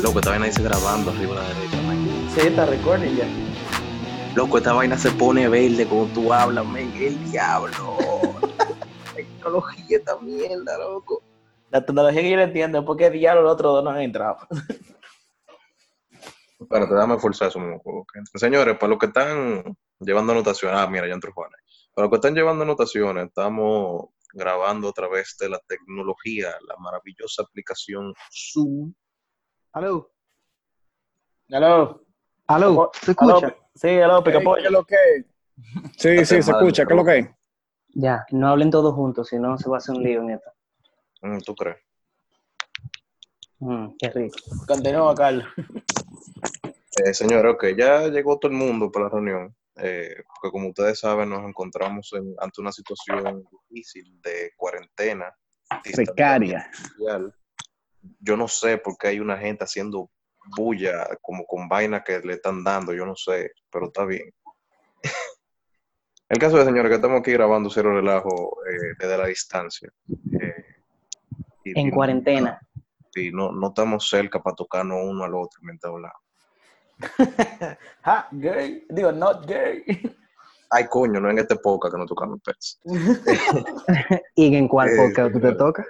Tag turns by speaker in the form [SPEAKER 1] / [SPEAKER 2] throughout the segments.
[SPEAKER 1] Loco, esta vaina dice grabando arriba a la derecha, man.
[SPEAKER 2] Sí, está recording ya.
[SPEAKER 1] Loco, esta vaina se pone verde cuando tú hablas, man. El diablo. Tecnología, esta mierda, loco.
[SPEAKER 2] La tecnología que yo la entiendo es porque diablo los otros dos no han entrado.
[SPEAKER 1] Espérate, déjame forzar eso mismo. ok. Señores, para los que están llevando anotaciones, ah, mira, ya entró Juanes. Para los que están llevando anotaciones, estamos grabando a través de la tecnología, la maravillosa aplicación Zoom.
[SPEAKER 3] Aló,
[SPEAKER 2] Hello.
[SPEAKER 3] aló, ¿se escucha?
[SPEAKER 2] Sí, hello, pica
[SPEAKER 4] Ey, ¿qué es lo que es? Sí, sí, se
[SPEAKER 1] Madre,
[SPEAKER 4] escucha. ¿Qué es lo que es?
[SPEAKER 5] Ya, no hablen todos juntos, si no se va a hacer un lío, neta.
[SPEAKER 1] Mm, ¿Tú crees?
[SPEAKER 5] Mm, qué rico.
[SPEAKER 2] Continúa, Carlos.
[SPEAKER 1] Eh, señores, ok, ya llegó todo el mundo para la reunión, eh, porque como ustedes saben, nos encontramos en- ante una situación difícil de cuarentena. distanciamiento
[SPEAKER 4] Precaria.
[SPEAKER 1] social. Yo no sé por qué hay una gente haciendo bulla, como con vaina que le están dando, yo no sé, pero está bien. El caso de señores que estamos aquí grabando cero relajo eh, desde la distancia. eh, y-
[SPEAKER 5] En
[SPEAKER 1] y-
[SPEAKER 5] cuarentena.
[SPEAKER 1] y no, no estamos cerca para tocarnos uno al otro mientras hablamos.
[SPEAKER 2] Ha, gay. Digo, not gay.
[SPEAKER 1] Ay, coño, no en esta época que no tocamos pez.
[SPEAKER 5] ¿Y en cuál
[SPEAKER 1] Eh,
[SPEAKER 5] podcast tú te
[SPEAKER 1] claro.
[SPEAKER 5] toca?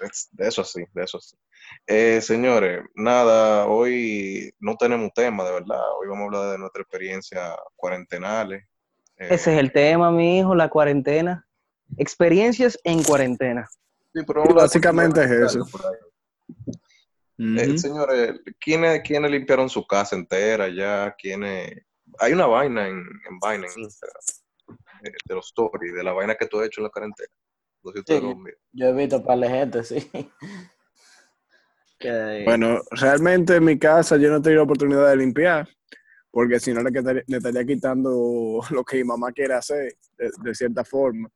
[SPEAKER 1] Es- De eso sí, de eso sí. Eh, señores, nada, hoy no tenemos tema, de verdad. Hoy vamos a hablar de nuestra experiencia cuarentenales. Eh,
[SPEAKER 5] Ese es el tema, mi hijo, la cuarentena. Experiencias en cuarentena.
[SPEAKER 1] sí, pero vamos a hablar de-
[SPEAKER 4] Básicamente es eso.
[SPEAKER 1] por ahí. Eh,
[SPEAKER 4] Ujú.
[SPEAKER 1] señores, ¿quiénes, ¿quiénes limpiaron su casa entera ya? ¿Quiénes? Hay una vaina en, en vaina, en Instagram, eh, de los stories, de la vaina que tú has hecho en la cuarentena. No sé si ustedes
[SPEAKER 2] Sí.
[SPEAKER 1] lo han visto.
[SPEAKER 2] Yo he visto para la gente, sí. Que-
[SPEAKER 4] Bueno, realmente en mi casa yo no he tenido oportunidad de limpiar, porque si no le, quitaría- le estaría quitando lo que mi mamá quiere hacer, de, de cierta forma.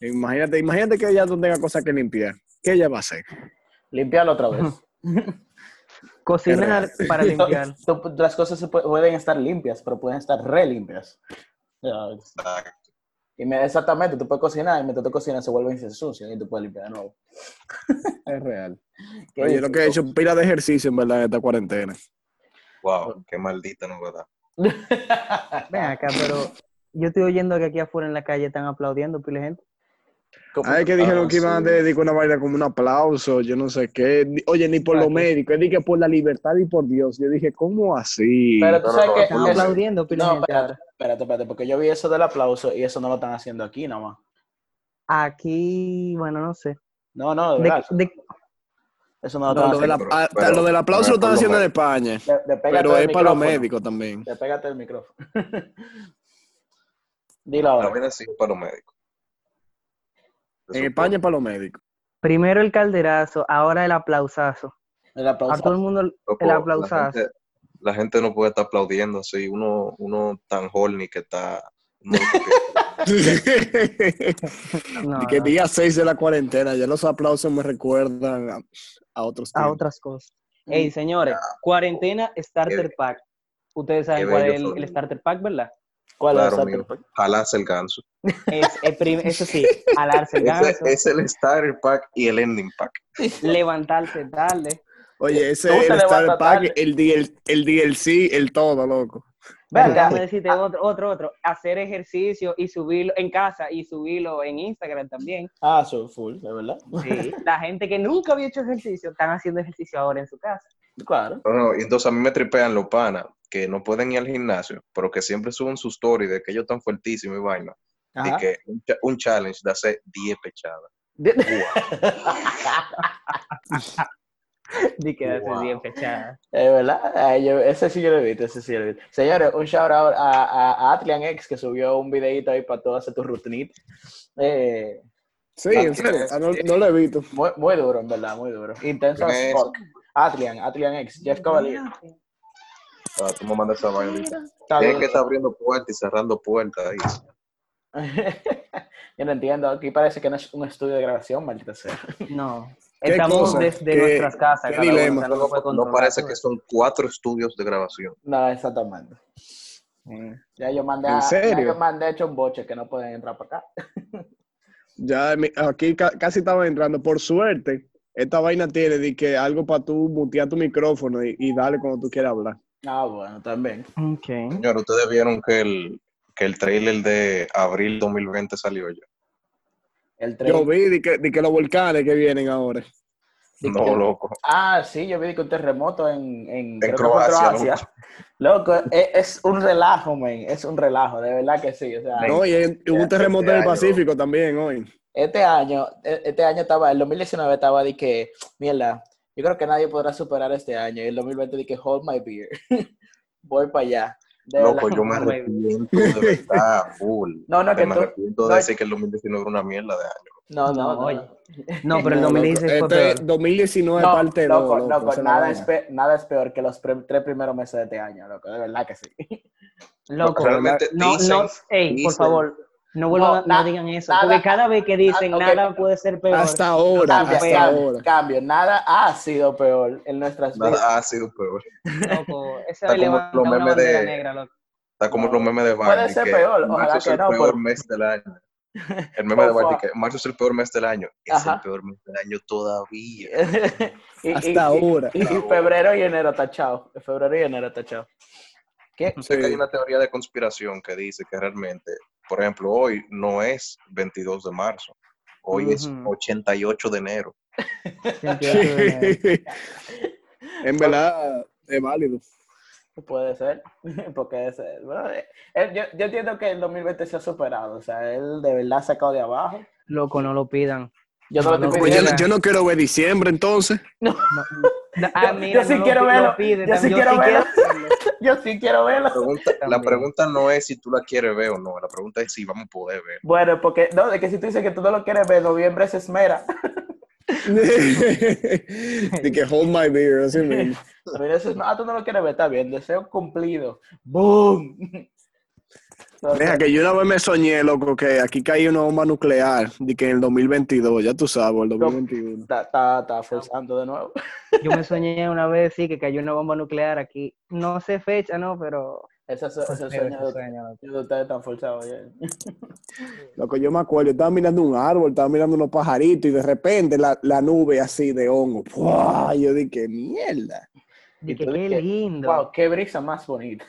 [SPEAKER 4] Imagínate, imagínate que ella no tenga cosas que limpiar. ¿Qué ella va a hacer?
[SPEAKER 2] Limpiarlo otra vez.
[SPEAKER 5] Cocinar
[SPEAKER 4] Qué
[SPEAKER 5] para limpiar.
[SPEAKER 2] Tú- tú- las cosas se pu- pueden estar limpias, pero pueden estar re limpias. O sea,
[SPEAKER 1] Exacto.
[SPEAKER 2] Y me, exactamente, tú puedes cocinar y mientras tú cocinas se vuelven y se ensucian y tú puedes limpiar de nuevo.
[SPEAKER 4] Es real.
[SPEAKER 2] Qué
[SPEAKER 4] Oye, lo que he hecho pila de ejercicio en verdad en esta cuarentena.
[SPEAKER 1] Wow, qué maldita novedad.
[SPEAKER 5] Ven acá, pero yo estoy oyendo que aquí afuera en la calle están aplaudiendo, pile gente.
[SPEAKER 2] ¿Cómo?
[SPEAKER 4] Ay, que dijeron
[SPEAKER 1] Ah,
[SPEAKER 4] que iban
[SPEAKER 1] sí.
[SPEAKER 4] a dedicar una vaina como un aplauso, yo no sé qué. Ni- Oye, ni por lo
[SPEAKER 5] Exacto.
[SPEAKER 4] médico, dije por la libertad y por Dios. Yo dije, ¿cómo así?
[SPEAKER 2] Pero tú
[SPEAKER 1] No, no,
[SPEAKER 2] sabes
[SPEAKER 1] no,
[SPEAKER 2] que...
[SPEAKER 5] Están
[SPEAKER 1] no,
[SPEAKER 2] es-
[SPEAKER 1] aplaudí.
[SPEAKER 5] aplaudiendo, pile
[SPEAKER 2] no,
[SPEAKER 5] gente.
[SPEAKER 2] espérate,
[SPEAKER 5] ahora.
[SPEAKER 2] espérate, espérate, porque yo vi eso del aplauso y eso no lo están haciendo aquí nada más.
[SPEAKER 5] Aquí, bueno, no sé.
[SPEAKER 2] No, no, de
[SPEAKER 5] De-
[SPEAKER 2] verdad.
[SPEAKER 5] de-
[SPEAKER 2] Eso no lo
[SPEAKER 4] No,
[SPEAKER 2] están
[SPEAKER 4] lo, del
[SPEAKER 2] haciendo.
[SPEAKER 1] pero-
[SPEAKER 4] ah,
[SPEAKER 1] pero-
[SPEAKER 4] lo del aplauso
[SPEAKER 1] pero es por
[SPEAKER 4] lo están
[SPEAKER 1] lo
[SPEAKER 4] haciendo en
[SPEAKER 1] médico.
[SPEAKER 4] España,
[SPEAKER 2] De- despégate
[SPEAKER 4] pero
[SPEAKER 2] del
[SPEAKER 4] es para
[SPEAKER 2] micrófono.
[SPEAKER 4] los médicos también.
[SPEAKER 2] Despégate del micrófono. Dilo
[SPEAKER 1] La
[SPEAKER 2] ahora.
[SPEAKER 1] vaina sí es para los médicos. Se
[SPEAKER 4] En
[SPEAKER 1] supone.
[SPEAKER 4] España es para los médicos.
[SPEAKER 5] primero el calderazo, ahora el aplausazo.
[SPEAKER 2] El
[SPEAKER 5] A todo el
[SPEAKER 2] aplauso.
[SPEAKER 5] mundo
[SPEAKER 1] Loco,
[SPEAKER 5] el aplausazo.
[SPEAKER 1] La gente, la gente no puede estar aplaudiendo así. Uno, uno tan horny que está. no lo puede.
[SPEAKER 4] Y
[SPEAKER 5] No,
[SPEAKER 4] que
[SPEAKER 5] no,
[SPEAKER 4] día 6 de la cuarentena, ya los aplausos me recuerdan a, a otros
[SPEAKER 5] a
[SPEAKER 4] tiempos.
[SPEAKER 5] otras cosas.
[SPEAKER 2] Mm,
[SPEAKER 5] Ey, señores, cuarentena
[SPEAKER 1] Qué be-
[SPEAKER 5] starter pack. Ustedes
[SPEAKER 1] qué
[SPEAKER 5] saben cuál es
[SPEAKER 1] bellos
[SPEAKER 5] el,
[SPEAKER 1] son.
[SPEAKER 5] el starter pack, ¿verdad?
[SPEAKER 2] ¿Cuál es?
[SPEAKER 1] Claro,
[SPEAKER 2] el
[SPEAKER 1] mío. Jalarse el ganso.
[SPEAKER 5] Es, el prim- eso sí, alarse el
[SPEAKER 1] Ese
[SPEAKER 5] ganso,
[SPEAKER 1] es el starter pack y el ending pack.
[SPEAKER 5] levantarse tarde.
[SPEAKER 4] Oye, ese
[SPEAKER 2] Tú
[SPEAKER 4] es
[SPEAKER 2] te
[SPEAKER 4] el Star
[SPEAKER 2] levantas tarde.
[SPEAKER 4] Pack, el, DL el DLC, el todo, loco.
[SPEAKER 2] Ven acá.
[SPEAKER 5] Déjame decirte otro, otro, otro. Hacer ejercicio y subirlo en casa y subirlo en Instagram también.
[SPEAKER 2] Ah, soy full, de verdad.
[SPEAKER 5] Sí. La gente que nunca había hecho ejercicio, están haciendo ejercicio ahora en su casa.
[SPEAKER 2] Claro.
[SPEAKER 1] No, no, y entonces a mí me tripean los panas que no pueden ir al gimnasio, pero que siempre suben su story de que ellos están fuertísimos y vaina.
[SPEAKER 2] Ajá.
[SPEAKER 1] Y que un, cha- un challenge de hacer 10 pechadas.
[SPEAKER 5] De que hace
[SPEAKER 1] Wow.
[SPEAKER 5] bien fechada.
[SPEAKER 2] Es verdad, Ay, yo- ese sí yo lo he visto, ese sí yo lo he visto. Señores, un shout out a, a, a Atlian X que subió un videito ahí para todo hacer tu rutinita. Eh,
[SPEAKER 4] Sí,
[SPEAKER 1] Ah,
[SPEAKER 4] en serio,
[SPEAKER 1] sí.
[SPEAKER 4] ah, no, no lo he visto.
[SPEAKER 2] muy, muy duro, en verdad, muy duro. Intenso
[SPEAKER 1] ¿Quién
[SPEAKER 2] as
[SPEAKER 1] es?
[SPEAKER 2] fuck. Atlian, Atlian X, Jeff Cavalier.
[SPEAKER 1] Ah, tú me mandas esa vaina. ahorita.
[SPEAKER 2] Está
[SPEAKER 1] Tienes que
[SPEAKER 2] bien.
[SPEAKER 1] está abriendo puertas y cerrando puertas ahí.
[SPEAKER 2] yo no entiendo, aquí parece que no es un estudio de grabación, maldita sea.
[SPEAKER 5] No.
[SPEAKER 4] ¿Qué
[SPEAKER 5] Estamos
[SPEAKER 4] cosa?
[SPEAKER 5] desde
[SPEAKER 4] ¿Qué-
[SPEAKER 5] nuestras casas.
[SPEAKER 4] qué
[SPEAKER 5] cada uno,
[SPEAKER 4] dilema?
[SPEAKER 5] o sea, no, se puede
[SPEAKER 1] No
[SPEAKER 5] controlar
[SPEAKER 1] parece
[SPEAKER 5] todo.
[SPEAKER 1] que son cuatro estudios de grabación.
[SPEAKER 2] No, exactamente. Ya yo mandé,
[SPEAKER 4] ¿En
[SPEAKER 2] a- ya
[SPEAKER 4] serio?
[SPEAKER 2] yo mandé hecho un boche que no pueden entrar para acá.
[SPEAKER 4] Ya mi- aquí ca- casi estaba entrando. Por suerte, Esta vaina tiene de que algo para tú mutear tu micrófono y, y darle cuando tú quieras hablar.
[SPEAKER 2] Ah, bueno, también.
[SPEAKER 3] Ok.
[SPEAKER 1] Señor, ustedes vieron que el, que el trailer de abril 2020 salió ya.
[SPEAKER 2] El tren.
[SPEAKER 4] Yo vi de que, de que los volcanes que vienen ahora.
[SPEAKER 2] Sí,
[SPEAKER 1] no,
[SPEAKER 2] que-
[SPEAKER 1] loco.
[SPEAKER 2] Ah, sí, yo vi que un terremoto en, en, creo que fue
[SPEAKER 1] Croacia,
[SPEAKER 2] Loco, es, es un relajo, men, es un relajo, de verdad que sí. O sea,
[SPEAKER 1] Men.
[SPEAKER 4] No, y hay- y hubo un terremoto en el
[SPEAKER 1] año.
[SPEAKER 4] Pacífico también hoy.
[SPEAKER 2] este año, e- este año estaba, el 2019 estaba de que, mierda, yo creo que nadie podrá superar este año. Y el 2020 de que, hold my beer, voy para allá. De
[SPEAKER 1] Loco,
[SPEAKER 2] verdad.
[SPEAKER 1] yo me arrepiento de verdad, full.
[SPEAKER 2] No, no, que
[SPEAKER 1] Yo me
[SPEAKER 2] tú,
[SPEAKER 1] arrepiento
[SPEAKER 2] no,
[SPEAKER 1] de decir que el 2019 era una mierda de año.
[SPEAKER 2] no, no,
[SPEAKER 5] No,
[SPEAKER 2] no.
[SPEAKER 5] oye.
[SPEAKER 2] no.
[SPEAKER 5] No, pero el
[SPEAKER 4] No, loco,
[SPEAKER 5] 2016 fue
[SPEAKER 4] este
[SPEAKER 5] peor.
[SPEAKER 4] 2019
[SPEAKER 2] No,
[SPEAKER 4] parte dos,
[SPEAKER 2] loco,
[SPEAKER 4] loco,
[SPEAKER 2] loco,
[SPEAKER 4] esa es la
[SPEAKER 2] nada,
[SPEAKER 4] vaina.
[SPEAKER 2] es pe- nada es peor que los pre- tres primeros meses de este año, loco, de verdad que sí.
[SPEAKER 5] Loco,
[SPEAKER 1] Realmente
[SPEAKER 5] no, no,
[SPEAKER 1] dicen-
[SPEAKER 5] ey, por
[SPEAKER 1] dicen-
[SPEAKER 5] favor, no vuelvan,
[SPEAKER 2] No,
[SPEAKER 5] no,
[SPEAKER 2] na-
[SPEAKER 5] digan eso,
[SPEAKER 2] nada-
[SPEAKER 5] porque cada vez que dicen
[SPEAKER 2] ah, ok.
[SPEAKER 5] nada puede ser peor.
[SPEAKER 4] Hasta ahora,
[SPEAKER 5] Cambia,
[SPEAKER 4] hasta
[SPEAKER 5] cambia.
[SPEAKER 4] ahora.
[SPEAKER 2] Cambio, nada ha sido peor en nuestras vidas.
[SPEAKER 1] Nada ha sido peor.
[SPEAKER 5] Loco, esa
[SPEAKER 1] Está
[SPEAKER 5] le
[SPEAKER 1] como
[SPEAKER 5] levanta
[SPEAKER 1] los
[SPEAKER 5] una
[SPEAKER 1] memes
[SPEAKER 5] bandera
[SPEAKER 1] de-
[SPEAKER 5] negra, loco.
[SPEAKER 1] Está como
[SPEAKER 2] No.
[SPEAKER 1] los memes de Barney.
[SPEAKER 2] ser
[SPEAKER 1] que
[SPEAKER 2] peor, ojalá
[SPEAKER 1] marzo es
[SPEAKER 2] que
[SPEAKER 1] el
[SPEAKER 2] no,
[SPEAKER 1] peor
[SPEAKER 2] pero-
[SPEAKER 1] mes del año. El meme de
[SPEAKER 2] Por
[SPEAKER 1] Barney
[SPEAKER 2] favor.
[SPEAKER 1] que marzo es el peor mes del año. Es
[SPEAKER 2] Ajá. Eh,
[SPEAKER 1] el peor mes del año todavía.
[SPEAKER 2] Y- y-
[SPEAKER 4] Hasta
[SPEAKER 2] y-
[SPEAKER 4] ahora.
[SPEAKER 2] Y, y febrero y enero tachado. Febrero y enero tachado. ¿Qué?
[SPEAKER 1] Sé que hay una teoría de conspiración que dice que realmente, por ejemplo, hoy no es 22 de marzo, hoy es
[SPEAKER 5] Ujú.
[SPEAKER 1] 88 de enero.
[SPEAKER 5] eh,
[SPEAKER 4] en verdad, es válido.
[SPEAKER 2] Puede ser. Porque es, bueno, eh, eh, yo, yo entiendo que el 2020 se ha superado. O sea, él de verdad se ha sacado de abajo.
[SPEAKER 5] Loco, no lo pidan.
[SPEAKER 2] Yo no lo
[SPEAKER 5] No,
[SPEAKER 2] estoy
[SPEAKER 5] no,
[SPEAKER 4] Pues yo,
[SPEAKER 2] pidiendo.
[SPEAKER 4] no- yo no quiero ver diciembre entonces.
[SPEAKER 5] No, ah,
[SPEAKER 2] Yo-
[SPEAKER 5] mira,
[SPEAKER 2] yo sí
[SPEAKER 5] no lo
[SPEAKER 2] quiero
[SPEAKER 5] pi-
[SPEAKER 2] verlo,
[SPEAKER 5] lo
[SPEAKER 2] yo sí
[SPEAKER 5] pide, también,
[SPEAKER 2] quiero verlo.
[SPEAKER 5] verlo.
[SPEAKER 2] Yo sí quiero verlo.
[SPEAKER 1] La pregunta, la
[SPEAKER 5] También.
[SPEAKER 1] pregunta no es si tú la quieres ver o no, la pregunta es si vamos a poder ver.
[SPEAKER 2] Bueno, porque no, de que si tú dices que tú no lo quieres ver, noviembre se esmera.
[SPEAKER 4] De que hold my beer, así mismo.
[SPEAKER 2] Noviembre se esmera. Ah, tú no lo quieres ver, está bien. Deseo cumplido. ¡Boom!
[SPEAKER 4] Deja que yo una vez me soñé, loco, que aquí caía una bomba nuclear, de que en el 2022, ya tú sabes, el 2021.
[SPEAKER 2] Está, está, está forzando de nuevo.
[SPEAKER 5] Yo me soñé una vez, sí, que cayó una bomba nuclear aquí. No sé fecha, no, pero...
[SPEAKER 2] Ese, es ese
[SPEAKER 5] Pero
[SPEAKER 2] sueño
[SPEAKER 5] ese
[SPEAKER 2] de,
[SPEAKER 5] sueño, loco.
[SPEAKER 2] de ustedes tan forzado. ya.
[SPEAKER 4] Loco, yo me acuerdo, yo estaba mirando un árbol, estaba mirando unos pajaritos y de repente la, la nube así de hongo. ¡Puah! Yo dije, mierda.
[SPEAKER 5] De
[SPEAKER 2] Y
[SPEAKER 5] que
[SPEAKER 2] tú
[SPEAKER 5] qué
[SPEAKER 2] dices,
[SPEAKER 5] lindo,
[SPEAKER 2] Wow, qué brisa más bonita.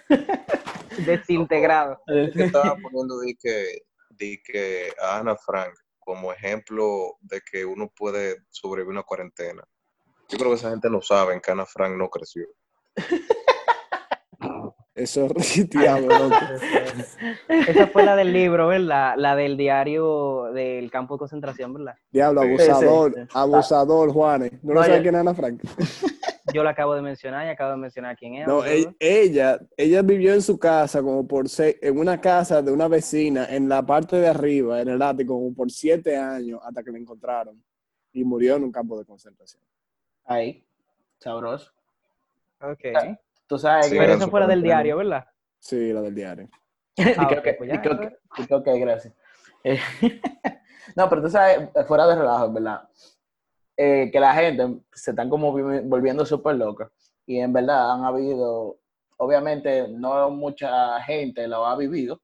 [SPEAKER 5] desintegrado.
[SPEAKER 1] Es que estaba poniendo de que, de que a Ana Frank como ejemplo de que uno puede sobrevivir una cuarentena. Yo creo que esa gente no sabe que Ana Frank no creció.
[SPEAKER 4] Eso es diablo, loco.
[SPEAKER 5] Esa fue la del libro, ¿verdad? La del diario del campo de concentración, ¿verdad?
[SPEAKER 4] Diablo,
[SPEAKER 1] Sí. Ah.
[SPEAKER 4] abusador,
[SPEAKER 2] Sí, sí, sí.
[SPEAKER 4] abusador, Juanes. ¿No lo
[SPEAKER 2] Vaya.
[SPEAKER 4] sabes quién es Ana Frank?
[SPEAKER 5] Yo la acabo de mencionar y acabo de mencionar quién es.
[SPEAKER 4] No,
[SPEAKER 5] ¿verdad?
[SPEAKER 4] e- ella, ella vivió en su casa como por seis, en una casa de una vecina en la parte de arriba, en el ático, como por siete años hasta que la encontraron y murió en un campo de concentración.
[SPEAKER 2] Ahí, sabroso.
[SPEAKER 5] Ok.
[SPEAKER 2] Tú sabes
[SPEAKER 1] Sí,
[SPEAKER 2] que.
[SPEAKER 5] Pero
[SPEAKER 1] eran
[SPEAKER 5] eso fue la del
[SPEAKER 1] supervivientes.
[SPEAKER 5] diario, ¿verdad?
[SPEAKER 4] Sí, la del diario.
[SPEAKER 5] Ah,
[SPEAKER 2] Digo
[SPEAKER 5] ok,
[SPEAKER 2] que,
[SPEAKER 5] pues ya,
[SPEAKER 2] digo
[SPEAKER 5] a ver.
[SPEAKER 2] que- digo que gracias. Eh, no, pero tú sabes, fuera de relajo, en ¿verdad? Eh, que la gente se están como vi- volviendo súper loca. Y en verdad han habido, obviamente, no mucha gente lo ha vivido,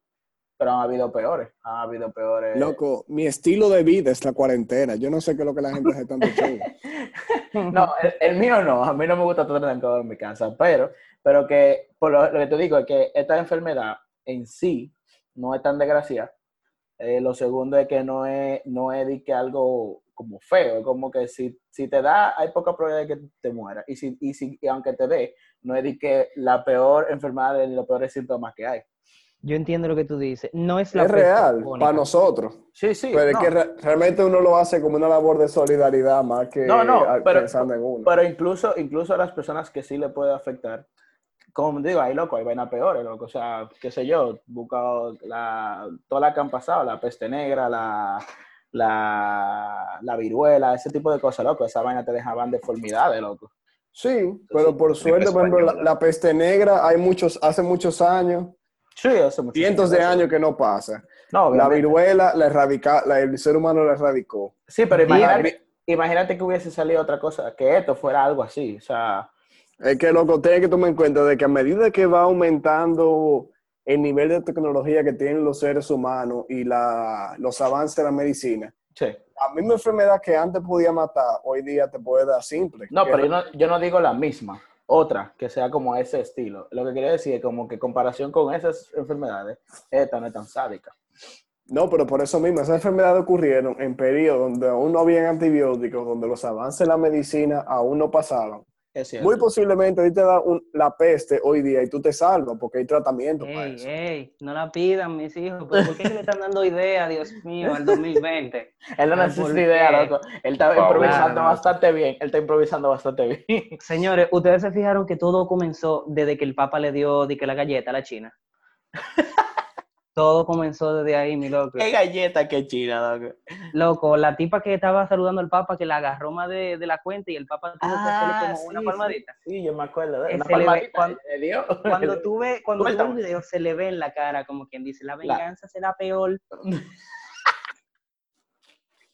[SPEAKER 2] pero han habido peores. Han habido peores.
[SPEAKER 1] Eh.
[SPEAKER 4] Loco, mi estilo de vida es la cuarentena. Yo no sé qué es lo que la gente hace tanto show.
[SPEAKER 2] No, el, el mío no, a mí no me gusta estar trancado en mi casa, pero, pero que por lo, lo que te digo es que esta enfermedad en sí no es tan desgraciada. Eh, lo segundo es que no es, no es de que algo como feo, es como que si, si te da, hay poca probabilidad de que te mueras. Y, si, y, si, y aunque te dé, no es de que la peor enfermedad ni los peores síntomas que hay.
[SPEAKER 5] Yo entiendo lo que tú dices. No es la
[SPEAKER 4] Es
[SPEAKER 5] peste
[SPEAKER 4] real,
[SPEAKER 5] bubónica.
[SPEAKER 4] para nosotros.
[SPEAKER 2] Sí, sí.
[SPEAKER 4] Pero es
[SPEAKER 2] no.
[SPEAKER 4] que re- realmente uno lo hace como una labor de solidaridad más que
[SPEAKER 2] No, no,
[SPEAKER 4] a-
[SPEAKER 2] pero-
[SPEAKER 4] pensando en uno.
[SPEAKER 2] Pero incluso, incluso a las personas que sí le puede afectar, como digo, hay loco, hay vaina peores, loco. O sea, qué sé yo, buscado la, toda la que han pasado, la peste negra, la, la, la viruela, ese tipo de cosas, loco. Esa vaina te dejaban deformidades, loco.
[SPEAKER 4] Sí, pero por suerte, por ejemplo, la,
[SPEAKER 1] español.
[SPEAKER 4] la peste negra hay muchos, hace muchos años,
[SPEAKER 2] Sí, hace mucho
[SPEAKER 4] cientos de
[SPEAKER 2] tiempo.
[SPEAKER 4] años que no pasa.
[SPEAKER 2] No,
[SPEAKER 4] La
[SPEAKER 2] obviamente.
[SPEAKER 4] viruela la erradica, la- el ser humano la erradicó.
[SPEAKER 2] Sí, pero
[SPEAKER 4] La
[SPEAKER 2] imagínate,
[SPEAKER 4] vi-
[SPEAKER 2] imagínate que hubiese salido otra cosa, que esto fuera algo así, o sea.
[SPEAKER 4] Es que loco, tienes que tomar en cuenta de que a medida que va aumentando el nivel de tecnología que tienen los seres humanos y la, los avances de la medicina,
[SPEAKER 2] Sí.
[SPEAKER 4] La misma enfermedad que antes podía matar, hoy día te puede dar simple.
[SPEAKER 2] No,
[SPEAKER 4] Que-
[SPEAKER 2] pero yo no, yo no digo la misma. Otra que sea como ese estilo. Lo que quería decir es como que en comparación con esas enfermedades, esta no es tan sádica.
[SPEAKER 4] No, pero por eso mismo, esas enfermedades ocurrieron en periodos donde aún no habían antibióticos, donde los avances de la medicina aún no pasaban.
[SPEAKER 2] Es cierto.
[SPEAKER 4] Muy posiblemente hoy te da un- la peste hoy día y tú te salvas porque hay tratamiento para
[SPEAKER 5] Ey,
[SPEAKER 4] eso.
[SPEAKER 5] ey, no la pidan, mis hijos. pero ¿Por qué que le están dando idea, Dios mío, al 2020?
[SPEAKER 2] Él no
[SPEAKER 5] Pero
[SPEAKER 2] necesita
[SPEAKER 5] ¿por
[SPEAKER 2] idea,
[SPEAKER 5] qué?
[SPEAKER 2] loco. Él está
[SPEAKER 1] Por favor.
[SPEAKER 2] improvisando
[SPEAKER 5] Claro, loco.
[SPEAKER 2] bastante bien. Él está improvisando bastante bien.
[SPEAKER 5] Señores, ustedes se fijaron que todo comenzó desde que el Papa le dio de que la galleta a la China. todo comenzó desde ahí, mi loco.
[SPEAKER 2] qué galleta, qué china, loco.
[SPEAKER 5] Loco, la tipa que estaba saludando al Papa que la agarró más de, de la cuenta y el Papa tuvo que hacerle
[SPEAKER 2] Ah,
[SPEAKER 5] como
[SPEAKER 2] sí,
[SPEAKER 5] una
[SPEAKER 2] sí.
[SPEAKER 5] palmadita.
[SPEAKER 2] Sí, yo me acuerdo. De
[SPEAKER 5] Ese
[SPEAKER 2] una
[SPEAKER 5] le ve-
[SPEAKER 2] palmadita
[SPEAKER 5] cuando-
[SPEAKER 2] le dio.
[SPEAKER 5] Cuando tú ves, cuando tú ves el
[SPEAKER 2] Suéltame.
[SPEAKER 5] video, se le ve en la cara, como quien dice, la
[SPEAKER 2] Claro.
[SPEAKER 5] venganza será peor.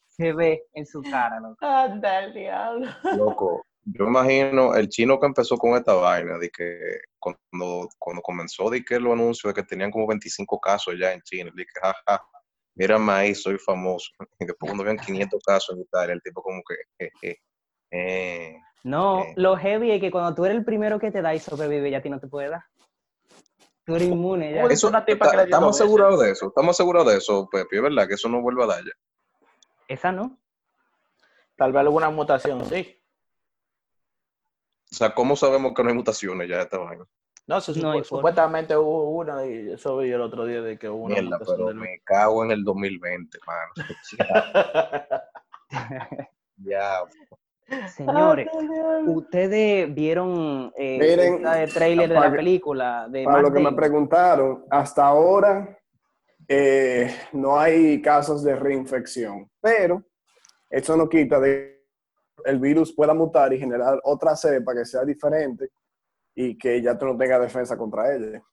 [SPEAKER 5] se ve en su cara, loco.
[SPEAKER 2] Anda el diablo.
[SPEAKER 1] Loco, yo imagino el chino que empezó con esta vaina, de que cuando, cuando comenzó, de que los anuncios de que tenían como 25 casos ya en China, de que jaja, mírame ahí, soy famoso. Y después cuando habían 500 casos en Italia, el tipo como que, eh, eh, eh.
[SPEAKER 5] No,
[SPEAKER 1] Sí.
[SPEAKER 5] lo heavy es que cuando tú eres el primero que te da y sobrevive, ya a ti no te puede dar. Tú eres inmune ya.
[SPEAKER 2] Bueno, es
[SPEAKER 1] Eso,
[SPEAKER 2] Pues una tipa que le dio
[SPEAKER 1] estamos
[SPEAKER 2] dos veces.
[SPEAKER 1] asegurados de eso, estamos asegurados de eso, Pepe, es verdad que eso no vuelve a dar ya.
[SPEAKER 5] Esa no.
[SPEAKER 2] Tal vez alguna mutación, sí.
[SPEAKER 1] O sea, ¿cómo sabemos que no hay mutaciones ya de esta vaina?
[SPEAKER 2] No, se
[SPEAKER 5] No
[SPEAKER 2] supo-
[SPEAKER 5] hay forma.
[SPEAKER 2] supuestamente hubo una y eso vi el otro día de que hubo una
[SPEAKER 1] Mierda,
[SPEAKER 2] mutación
[SPEAKER 1] pero
[SPEAKER 2] del
[SPEAKER 1] me cago en el 2020, mano. Ya,
[SPEAKER 5] Señores, ustedes vieron eh,
[SPEAKER 4] Miren,
[SPEAKER 5] esta de trailer de la
[SPEAKER 4] apaga-
[SPEAKER 5] película de
[SPEAKER 4] Para
[SPEAKER 5] Matt
[SPEAKER 4] lo que me
[SPEAKER 5] Damon?
[SPEAKER 4] preguntaron, hasta ahora eh, no hay casos de reinfección, pero eso no quita de que el virus pueda mutar y generar otra cepa que sea diferente y que ya tú no tengas defensa contra ella.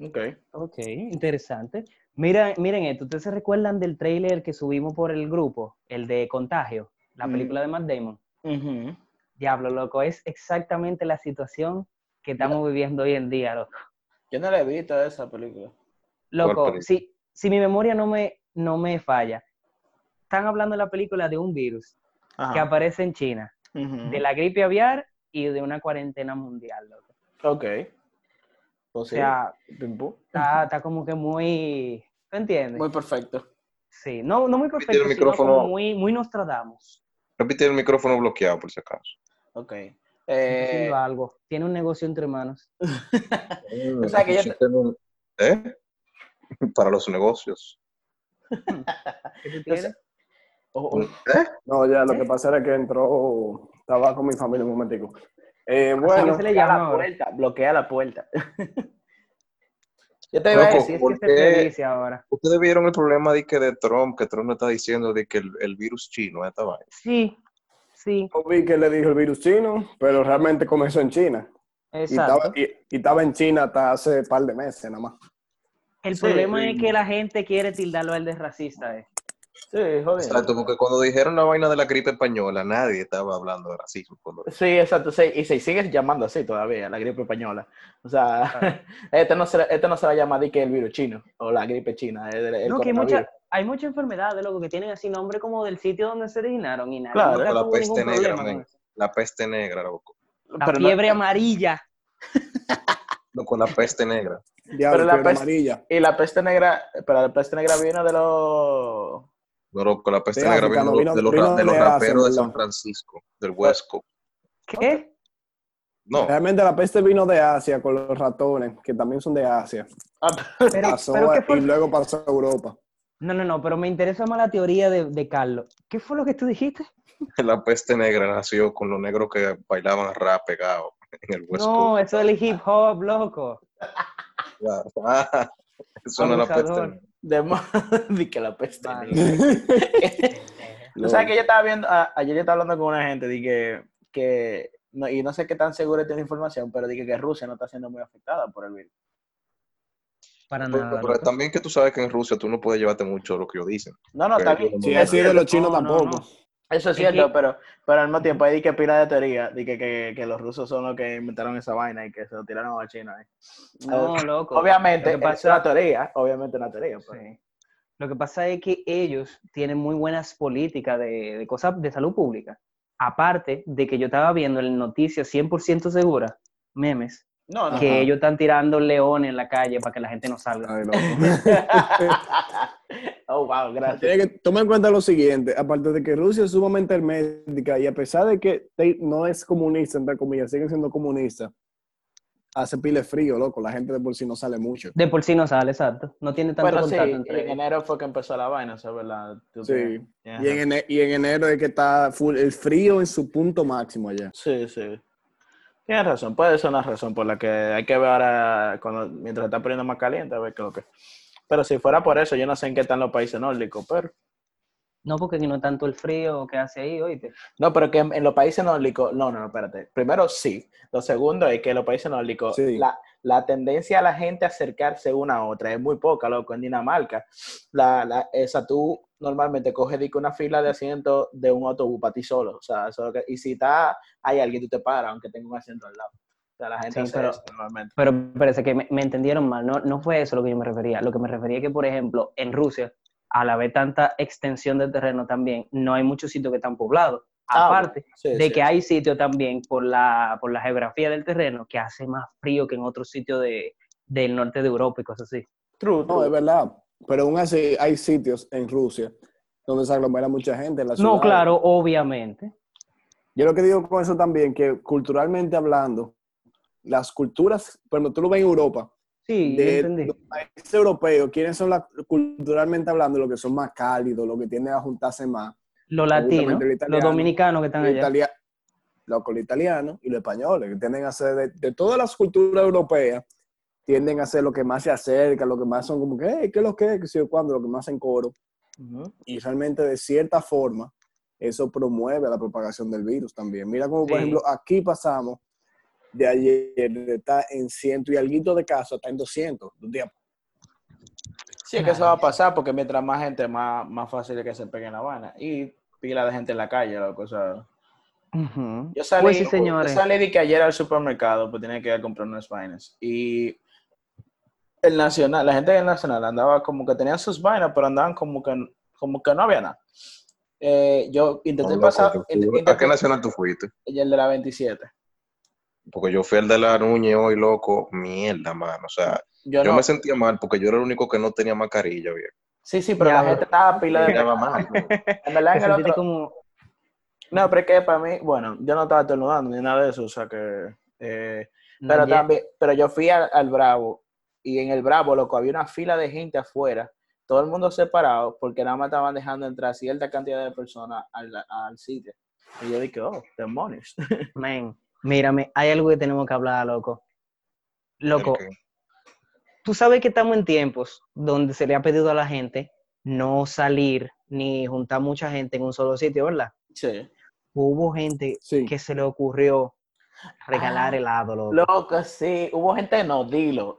[SPEAKER 2] Ok.
[SPEAKER 5] Ok, interesante. Mira, miren esto, ¿ustedes se recuerdan del trailer que subimos por el grupo? El de Contagio, la
[SPEAKER 2] Mm.
[SPEAKER 5] película de Matt Damon.
[SPEAKER 2] Ujú.
[SPEAKER 5] Diablo, loco, es exactamente la situación que estamos viviendo hoy en día, loco.
[SPEAKER 2] Yo no la he visto esa película.
[SPEAKER 5] Loco,
[SPEAKER 1] película?
[SPEAKER 5] si, si mi memoria no me, no me falla, están hablando en la película de un virus que
[SPEAKER 2] Ajá.
[SPEAKER 5] aparece en China,
[SPEAKER 2] Ah. Ujú.
[SPEAKER 5] de la gripe aviar y de una cuarentena mundial, loco.
[SPEAKER 2] Ok.
[SPEAKER 5] O
[SPEAKER 2] Pues sí.
[SPEAKER 5] sea,
[SPEAKER 2] Pim, pum.
[SPEAKER 5] está, está como que muy... ¿Tú entiendes?
[SPEAKER 2] Muy perfecto.
[SPEAKER 5] sí, no, no muy
[SPEAKER 1] Repite el
[SPEAKER 5] perfecto, sino como
[SPEAKER 1] micrófono.
[SPEAKER 5] muy, muy Nostradamus.
[SPEAKER 1] repite el micrófono bloqueado por si acaso.
[SPEAKER 2] Ok.
[SPEAKER 5] haciendo
[SPEAKER 2] Eh,
[SPEAKER 5] algo. Tiene un negocio entre manos.
[SPEAKER 1] Mm,
[SPEAKER 2] sea, que yo-
[SPEAKER 1] existen un- ¿Eh? Para los negocios.
[SPEAKER 5] ¿Qué tú
[SPEAKER 2] yo sé-
[SPEAKER 5] tienes?
[SPEAKER 2] Ojo,
[SPEAKER 1] Un-
[SPEAKER 2] ojo.
[SPEAKER 1] ¿Eh?
[SPEAKER 4] No, ya lo que pasa era que entró, estaba con mi familia un momentico. Eh,
[SPEAKER 5] ¿Cómo
[SPEAKER 4] bueno,
[SPEAKER 5] se le
[SPEAKER 2] bloquea
[SPEAKER 5] llama
[SPEAKER 2] la
[SPEAKER 5] ahora?
[SPEAKER 2] puerta. Bloquea la puerta. Yo te iba a
[SPEAKER 1] Loco,
[SPEAKER 5] Sí,
[SPEAKER 2] decir.
[SPEAKER 5] es
[SPEAKER 1] ¿por
[SPEAKER 5] que se
[SPEAKER 1] qué?
[SPEAKER 5] felicia ahora.
[SPEAKER 1] Ustedes vieron el problema de que de Trump, que Trump no está diciendo de que el, el virus chino esta vaina.
[SPEAKER 5] Sí, sí,
[SPEAKER 4] no vi que le dijo el virus chino, pero realmente comenzó en China. Y estaba,
[SPEAKER 5] exacto.
[SPEAKER 4] y, y estaba en China hasta hace un par de meses nada más.
[SPEAKER 5] El
[SPEAKER 2] Sí,
[SPEAKER 5] problema
[SPEAKER 2] sí.
[SPEAKER 5] es que la gente quiere tildarlo a él de racista. eh.
[SPEAKER 2] Sí,
[SPEAKER 1] Exacto,
[SPEAKER 2] jodido.
[SPEAKER 1] porque cuando dijeron la vaina de la gripe española, nadie estaba hablando de racismo. Cuando...
[SPEAKER 2] Sí, exacto. sí, Y se sigue llamando así todavía, la gripe española. O sea, este, no se, este no se va a llamar de que el virus chino o la gripe china. El, el
[SPEAKER 5] No, que hay mucha,
[SPEAKER 2] coronavirus.
[SPEAKER 5] hay mucha enfermedad de loco que tienen así nombre como del sitio donde se originaron y nadie
[SPEAKER 2] Claro.
[SPEAKER 5] nunca
[SPEAKER 1] La
[SPEAKER 5] tuvo
[SPEAKER 1] peste
[SPEAKER 5] ningún
[SPEAKER 1] negra,
[SPEAKER 5] problema.
[SPEAKER 1] men.
[SPEAKER 5] con eso.
[SPEAKER 1] La peste negra, loco.
[SPEAKER 5] La
[SPEAKER 2] Pero no-
[SPEAKER 5] fiebre amarilla.
[SPEAKER 1] Loco, la peste negra.
[SPEAKER 4] Diablo,
[SPEAKER 2] la
[SPEAKER 4] fiebre
[SPEAKER 2] peste-
[SPEAKER 4] amarilla.
[SPEAKER 2] y la peste negra, pero la peste negra vino de los
[SPEAKER 1] No, loco, la peste
[SPEAKER 4] De
[SPEAKER 1] negra
[SPEAKER 4] África,
[SPEAKER 1] vino,
[SPEAKER 4] no, vino-
[SPEAKER 1] de los,
[SPEAKER 4] vino
[SPEAKER 1] ra- de los
[SPEAKER 4] de Asia,
[SPEAKER 1] raperos de
[SPEAKER 4] ¿verdad?
[SPEAKER 1] San Francisco, del West Coast.
[SPEAKER 5] ¿Qué?
[SPEAKER 1] No,
[SPEAKER 4] Realmente la peste vino de Asia con los ratones, que también son de Asia.
[SPEAKER 5] Pero,
[SPEAKER 4] Pasó
[SPEAKER 5] pero ¿qué
[SPEAKER 4] a-
[SPEAKER 5] fue?
[SPEAKER 4] y luego pasó a Europa.
[SPEAKER 5] No, no, no, pero me interesa más la teoría de, de Carlos. ¿Qué fue lo que tú dijiste?
[SPEAKER 1] la peste negra nació con los negros que bailaban rap pegado en el West
[SPEAKER 5] No,
[SPEAKER 1] Coast.
[SPEAKER 5] eso es el hip hop, loco.
[SPEAKER 1] Claro. Ah, eso no es la peste
[SPEAKER 5] Abusador.
[SPEAKER 1] negra.
[SPEAKER 2] de, mo- de que la peste
[SPEAKER 5] Vale.
[SPEAKER 2] negra. O sea que yo estaba viendo, a- ayer yo estaba hablando con una gente de que, que no- y no sé qué tan segura es la información, pero dije que Rusia no está siendo muy afectada por el virus.
[SPEAKER 5] Para
[SPEAKER 1] Pero,
[SPEAKER 5] nada.
[SPEAKER 1] pero
[SPEAKER 5] loco.
[SPEAKER 1] también que tú sabes que en Rusia tú no puedes llevarte mucho de lo que ellos dicen.
[SPEAKER 2] No, no, está
[SPEAKER 1] Pero
[SPEAKER 2] bien.
[SPEAKER 1] yo
[SPEAKER 4] Si
[SPEAKER 1] no-
[SPEAKER 4] ha sido de los chinos
[SPEAKER 5] No, no,
[SPEAKER 4] tampoco.
[SPEAKER 5] no.
[SPEAKER 2] Eso es
[SPEAKER 5] Es que-
[SPEAKER 2] cierto, pero, pero al mismo tiempo hay de que pila de teoría, de que, que, que los rusos son los que inventaron esa vaina y que se lo tiraron a China. ¿eh?
[SPEAKER 5] No, loco.
[SPEAKER 2] Obviamente,
[SPEAKER 5] Lo que
[SPEAKER 2] es una
[SPEAKER 5] pasa-
[SPEAKER 2] pues. teoría, obviamente una teoría. pero-
[SPEAKER 5] Sí. Lo que pasa es que ellos tienen muy buenas políticas de, de cosas de salud pública. Aparte de que yo estaba viendo en noticias 100% segura, memes,
[SPEAKER 2] No, no.
[SPEAKER 5] que
[SPEAKER 4] Ajá.
[SPEAKER 5] ellos están tirando leones en la calle para que la gente no salga.
[SPEAKER 4] Ay, loco.
[SPEAKER 2] oh, wow, gracias.
[SPEAKER 4] Tiene que tomar en cuenta lo siguiente, aparte de que Rusia es sumamente hermética y a pesar de que te- no es comunista, entre comillas, siguen siendo comunistas, hace pile frío, loco, la gente de por sí no sale mucho.
[SPEAKER 5] De por sí no sale, exacto. No tiene tanto
[SPEAKER 2] Bueno, sí, eh,
[SPEAKER 5] contacto entre
[SPEAKER 2] en
[SPEAKER 5] ellos.
[SPEAKER 2] enero fue que empezó la vaina, ¿sabes? La, tú
[SPEAKER 4] Sí.
[SPEAKER 2] tienes- Ajá.
[SPEAKER 4] Y en, ene- y en enero es que está full- el frío en su punto máximo allá.
[SPEAKER 2] Sí, sí. Tienes razón, puede ser una razón por la que hay que ver ahora, cuando, mientras está poniendo más caliente, a ver qué es lo que. Pero si fuera por eso, yo no sé en qué están los países nórdicos, pero.
[SPEAKER 5] No, porque aquí no tanto el frío que hace ahí, oíste.
[SPEAKER 2] No, pero que en, en los países nórdicos, no, no, no, espérate. Primero, sí. Lo segundo es que en los países nórdicos,
[SPEAKER 4] Sí.
[SPEAKER 2] la, la tendencia a la gente a acercarse una a otra es muy poca, loco. En Dinamarca, la, la, esa tú normalmente coges de que una fila de asientos de un autobús para ti solo. O sea, eso es lo que- y si está, hay alguien, tú te paras, aunque tenga un asiento al lado. O sea, la gente
[SPEAKER 5] Sí,
[SPEAKER 2] hace
[SPEAKER 5] pero-
[SPEAKER 2] eso normalmente.
[SPEAKER 5] Pero parece que me, me entendieron mal, no, no fue eso lo que yo me refería. Lo que me refería es que, por ejemplo, en Rusia, al haber tanta extensión de terreno también, no hay muchos sitios que están poblados.
[SPEAKER 2] Ah, bueno,
[SPEAKER 5] Aparte
[SPEAKER 2] sí,
[SPEAKER 5] de
[SPEAKER 2] sí.
[SPEAKER 5] que hay sitios también por la, por la geografía del terreno que hace más frío que en otros sitios de, del norte de Europa y cosas así.
[SPEAKER 2] True,
[SPEAKER 4] No,
[SPEAKER 2] true.
[SPEAKER 4] es verdad. Pero aún así hay sitios en Rusia donde se aglomera mucha gente en la ciudad.
[SPEAKER 5] No, claro, obviamente.
[SPEAKER 4] Yo lo que digo con eso también, que culturalmente hablando, las culturas, cuando tú lo ves en Europa,
[SPEAKER 5] Sí, yo
[SPEAKER 4] de
[SPEAKER 5] entendí.
[SPEAKER 4] los países europeos, ¿quiénes son la- culturalmente hablando los que son más cálidos, los que tienden a juntarse más?
[SPEAKER 5] Los latinos,
[SPEAKER 4] justamente el
[SPEAKER 5] los
[SPEAKER 4] italiano,
[SPEAKER 5] dominicanos que están
[SPEAKER 4] Los
[SPEAKER 5] allá.
[SPEAKER 4] italianos, los italianos y los españoles, que tienden a ser de, de todas las culturas europeas, tienden a ser lo que más se acerca, lo que más son como que, "Hey, ¿qué es lo que es? ¿Qué sé yo cuándo? Lo que más en coro.
[SPEAKER 2] Ujú.
[SPEAKER 4] Y realmente, de cierta forma, eso promueve la propagación del virus también. Mira como, por
[SPEAKER 5] Sí.
[SPEAKER 4] ejemplo, aquí pasamos de ayer, de estar en ciento y alguito de casos, está en 200, de un día
[SPEAKER 2] Sí, es que eso va a pasar porque mientras más gente, más, más fácil es que se pegue en La Habana. Y pila de gente en la calle, loco. O sea,
[SPEAKER 5] Ujú.
[SPEAKER 2] yo salí,
[SPEAKER 5] Pues sí,
[SPEAKER 2] yo
[SPEAKER 5] señores.
[SPEAKER 2] salí de que ayer al supermercado, pues tenía que ir a comprar unas vainas. Y el Nacional, la gente del Nacional andaba como que tenían sus vainas, pero andaban como que, como que no había nada. Eh, yo intenté
[SPEAKER 1] No, loco,
[SPEAKER 2] pasar,
[SPEAKER 1] yo
[SPEAKER 2] int-
[SPEAKER 1] fui- ¿A qué
[SPEAKER 2] intenté-
[SPEAKER 1] nacional tú fuiste?
[SPEAKER 2] y el de la 27.
[SPEAKER 1] Porque yo fui al de la Nuñez hoy, loco. Mierda, mano. O sea,
[SPEAKER 2] Yo,
[SPEAKER 1] yo
[SPEAKER 2] no.
[SPEAKER 1] me sentía mal porque yo era el único que no tenía mascarilla, viejo.
[SPEAKER 2] Sí, sí, pero la
[SPEAKER 5] Diablo.
[SPEAKER 2] gente estaba pila de...
[SPEAKER 1] Miraba mal, loco.
[SPEAKER 2] En verdad,
[SPEAKER 5] Te
[SPEAKER 2] en el
[SPEAKER 5] sentiste
[SPEAKER 2] otro-
[SPEAKER 5] como...
[SPEAKER 2] No, pero es que para mí, bueno, yo no estaba estornudando ni nada de eso, o sea que... eh, Pero
[SPEAKER 5] Ye-
[SPEAKER 2] también, pero yo fui al, al Bravo y en el Bravo, loco, había una fila de gente afuera, todo el mundo separado, porque nada más estaban dejando entrar cierta cantidad de personas al, al sitio. Y yo dije, oh, demonios.
[SPEAKER 5] Men, mírame, hay algo que tenemos que hablar, loco. Loco,
[SPEAKER 1] Porque
[SPEAKER 5] tú sabes que estamos en tiempos donde se le ha pedido a la gente no salir ni juntar mucha gente en un solo sitio, ¿verdad?
[SPEAKER 2] Sí.
[SPEAKER 5] Hubo gente
[SPEAKER 4] Sí.
[SPEAKER 5] que se le ocurrió regalar
[SPEAKER 2] Ah,
[SPEAKER 5] helado, loco.
[SPEAKER 2] Loco, sí, hubo gente, no, dilo.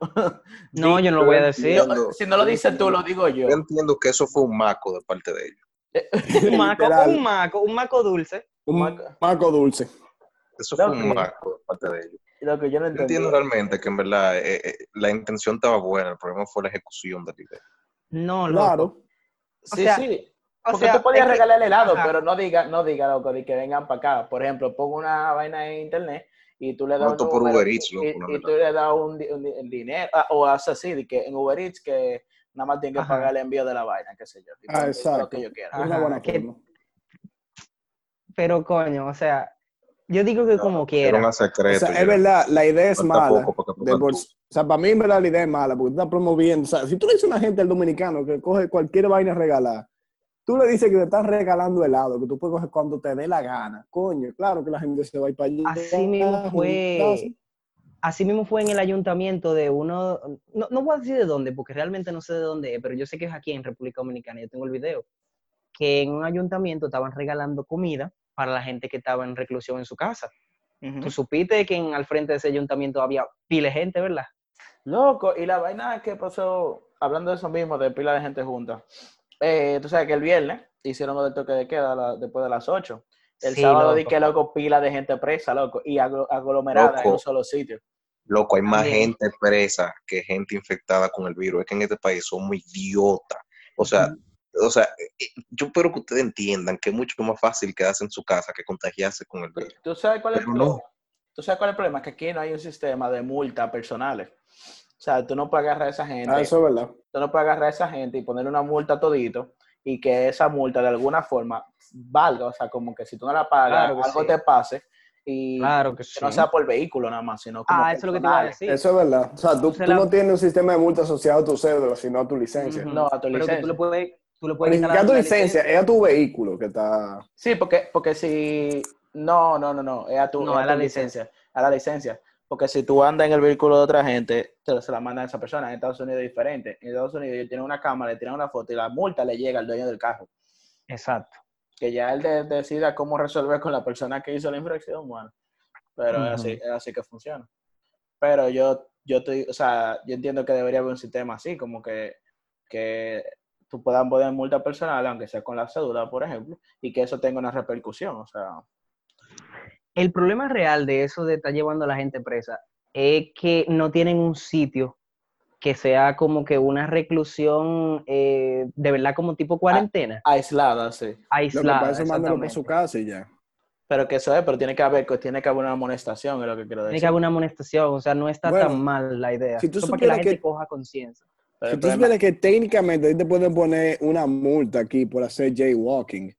[SPEAKER 5] no, yo no lo voy a decir.
[SPEAKER 1] Yo-
[SPEAKER 2] Si no lo dices tú, lo digo yo.
[SPEAKER 1] Yo entiendo que eso fue un maco de parte de ellos.
[SPEAKER 5] Un maco,
[SPEAKER 4] Literal.
[SPEAKER 5] un maco, un maco dulce.
[SPEAKER 4] Un
[SPEAKER 2] Maco.
[SPEAKER 4] maco dulce.
[SPEAKER 1] Eso fue
[SPEAKER 2] Ok.
[SPEAKER 1] un maco de parte de ellos.
[SPEAKER 2] Lo que yo no
[SPEAKER 1] Yo
[SPEAKER 2] entendí.
[SPEAKER 1] entiendo realmente que en verdad eh, eh, la intención estaba buena, el problema fue la ejecución de la idea.
[SPEAKER 5] No, loco.
[SPEAKER 4] Claro.
[SPEAKER 2] Sí,
[SPEAKER 5] sea,
[SPEAKER 2] sí.
[SPEAKER 5] O
[SPEAKER 2] Porque
[SPEAKER 5] sea,
[SPEAKER 2] tú podías
[SPEAKER 5] es que-
[SPEAKER 2] regalar el helado,
[SPEAKER 5] ajá.
[SPEAKER 2] pero no diga, no diga loco, de que vengan para acá. Por ejemplo, pongo una vaina en internet y tú le das un
[SPEAKER 1] Pronto por
[SPEAKER 2] número
[SPEAKER 1] Uber Eats, loco,
[SPEAKER 2] y,
[SPEAKER 1] una
[SPEAKER 2] y tú
[SPEAKER 1] verdad.
[SPEAKER 2] le das un, di- un di- el dinero, ah, o haces así, de que en Uber Eats que nada más tienes que
[SPEAKER 5] Ajá.
[SPEAKER 2] pagar el envío de la vaina, qué sé yo. Y
[SPEAKER 4] Ah,
[SPEAKER 2] pongo Lo
[SPEAKER 4] exacto.
[SPEAKER 2] que yo quiera.
[SPEAKER 5] Ajá,
[SPEAKER 4] Una buena
[SPEAKER 5] que-
[SPEAKER 4] forma.
[SPEAKER 5] pero coño, o sea, yo digo que como
[SPEAKER 1] Era
[SPEAKER 5] quiera.
[SPEAKER 1] un
[SPEAKER 4] O
[SPEAKER 1] secreto.
[SPEAKER 4] sea, es verdad, la idea es
[SPEAKER 1] Falta
[SPEAKER 4] mala.
[SPEAKER 1] poco para que
[SPEAKER 4] de por-
[SPEAKER 1] pongan
[SPEAKER 4] o
[SPEAKER 1] tú.
[SPEAKER 4] sea, para mí, en verdad, la idea es mala, porque tú estás promoviendo. O sea, si tú le dices a una gente al dominicano que coge cualquier vaina regalada, tú le dices que te estás regalando helado, que tú puedes coger cuando te dé la gana. Coño, claro que la gente se va a ir Ah, para allí.
[SPEAKER 5] Así mismo fue. Así mismo fue en el ayuntamiento de uno, no, no voy a decir de dónde, porque realmente no sé de dónde es, pero yo sé que es aquí en República Dominicana, yo tengo el video, que en un ayuntamiento estaban regalando comida para la gente que estaba en reclusión en su casa. Tú supiste que en, al frente de ese ayuntamiento había pile gente, ¿verdad?
[SPEAKER 2] Loco, y la vaina que pasó, hablando de eso mismo, de pila de gente junta. eh, tú sabes que el viernes hicieron lo del toque de queda la- después de las 8. El
[SPEAKER 5] Sí,
[SPEAKER 2] sábado di
[SPEAKER 5] loco.
[SPEAKER 2] que loco pila de gente presa, loco, y aglo- aglomerada en
[SPEAKER 1] Loco.
[SPEAKER 2] un solo sitio.
[SPEAKER 1] Loco, hay más
[SPEAKER 5] También.
[SPEAKER 1] gente presa que gente infectada con el virus. Es que en este país somos idiotas. O sea, o sea, eh, yo espero que ustedes entiendan que es mucho más fácil quedarse en su casa que contagiarse con el virus.
[SPEAKER 2] ¿Tú sabes cuál es el
[SPEAKER 1] Pero no.
[SPEAKER 2] problema? ¿Tú sabes cuál es el problema? Que aquí no hay un sistema de multas personales. O sea, tú no puedes agarrar a esa gente.
[SPEAKER 4] Ah, eso es verdad.
[SPEAKER 2] tú no puedes agarrar a esa gente y ponerle una multa todito y que esa multa de alguna forma valga, o sea, como que si tú no la pagas,
[SPEAKER 5] Claro que
[SPEAKER 2] algo
[SPEAKER 5] sí.
[SPEAKER 2] te pase y
[SPEAKER 5] Claro
[SPEAKER 2] que
[SPEAKER 5] que sí.
[SPEAKER 2] no sea por vehículo nada más, sino como
[SPEAKER 5] Ah, eso es lo que te iba a
[SPEAKER 2] personal.
[SPEAKER 5] decir.
[SPEAKER 4] Eso es verdad. O sea, tú,
[SPEAKER 5] Se
[SPEAKER 4] tú
[SPEAKER 5] la-
[SPEAKER 4] no tienes un sistema de multa asociado a tu cédula, sino a tu licencia.
[SPEAKER 5] Ujú.
[SPEAKER 2] No, a tu
[SPEAKER 5] Pero que
[SPEAKER 2] licencia.
[SPEAKER 5] tú le puedes, tú le
[SPEAKER 4] Ni
[SPEAKER 5] puedes quitar
[SPEAKER 4] siquiera a tu
[SPEAKER 5] la
[SPEAKER 4] licencia, es a tu vehículo que está.
[SPEAKER 2] Sí, porque, porque si... No, no, no, no, es a tu,
[SPEAKER 5] No,
[SPEAKER 2] es a
[SPEAKER 5] es
[SPEAKER 2] tu
[SPEAKER 5] la licencia.
[SPEAKER 2] a la licencia. Porque si tú andas en el vehículo de otra gente, te, se la manda a esa persona. En Estados Unidos es diferente. En Estados Unidos ellos tienen una cámara, le tiran una foto y la multa le llega al dueño del carro.
[SPEAKER 5] Exacto.
[SPEAKER 2] Que ya él de- decida cómo resolver con la persona que hizo la infracción, bueno. Pero es, así,
[SPEAKER 5] Ujú.
[SPEAKER 2] es así que funciona. Pero yo, yo estoy, o sea, yo entiendo que debería haber un sistema así, como que, que tú puedas poner multa personal, aunque sea con la cédula, por ejemplo, y que eso tenga una repercusión. O sea,
[SPEAKER 5] El problema real de eso de estar llevando a la gente presa es que no tienen un sitio que sea como que una reclusión eh, de verdad como tipo cuarentena,
[SPEAKER 2] aislada, sí.
[SPEAKER 4] Lo que
[SPEAKER 5] aislada.
[SPEAKER 4] Ah, pasa es mandarlo para su
[SPEAKER 5] exactamente.
[SPEAKER 4] casa y ya.
[SPEAKER 2] Pero que eso es, pero tiene que haber, pues, tiene que haber una amonestación, es lo que quiero
[SPEAKER 5] Tiene
[SPEAKER 2] decir.
[SPEAKER 5] que haber una amonestación, o sea, no está
[SPEAKER 4] Bueno,
[SPEAKER 5] tan mal la idea.
[SPEAKER 4] si tú
[SPEAKER 5] Eso para que la
[SPEAKER 4] supieras
[SPEAKER 5] gente
[SPEAKER 4] que-
[SPEAKER 5] coja conciencia.
[SPEAKER 2] Pero
[SPEAKER 4] Si
[SPEAKER 2] el
[SPEAKER 4] tú
[SPEAKER 2] problema-
[SPEAKER 4] supieras que técnicamente ahí te pueden poner una multa aquí por hacer jaywalking. O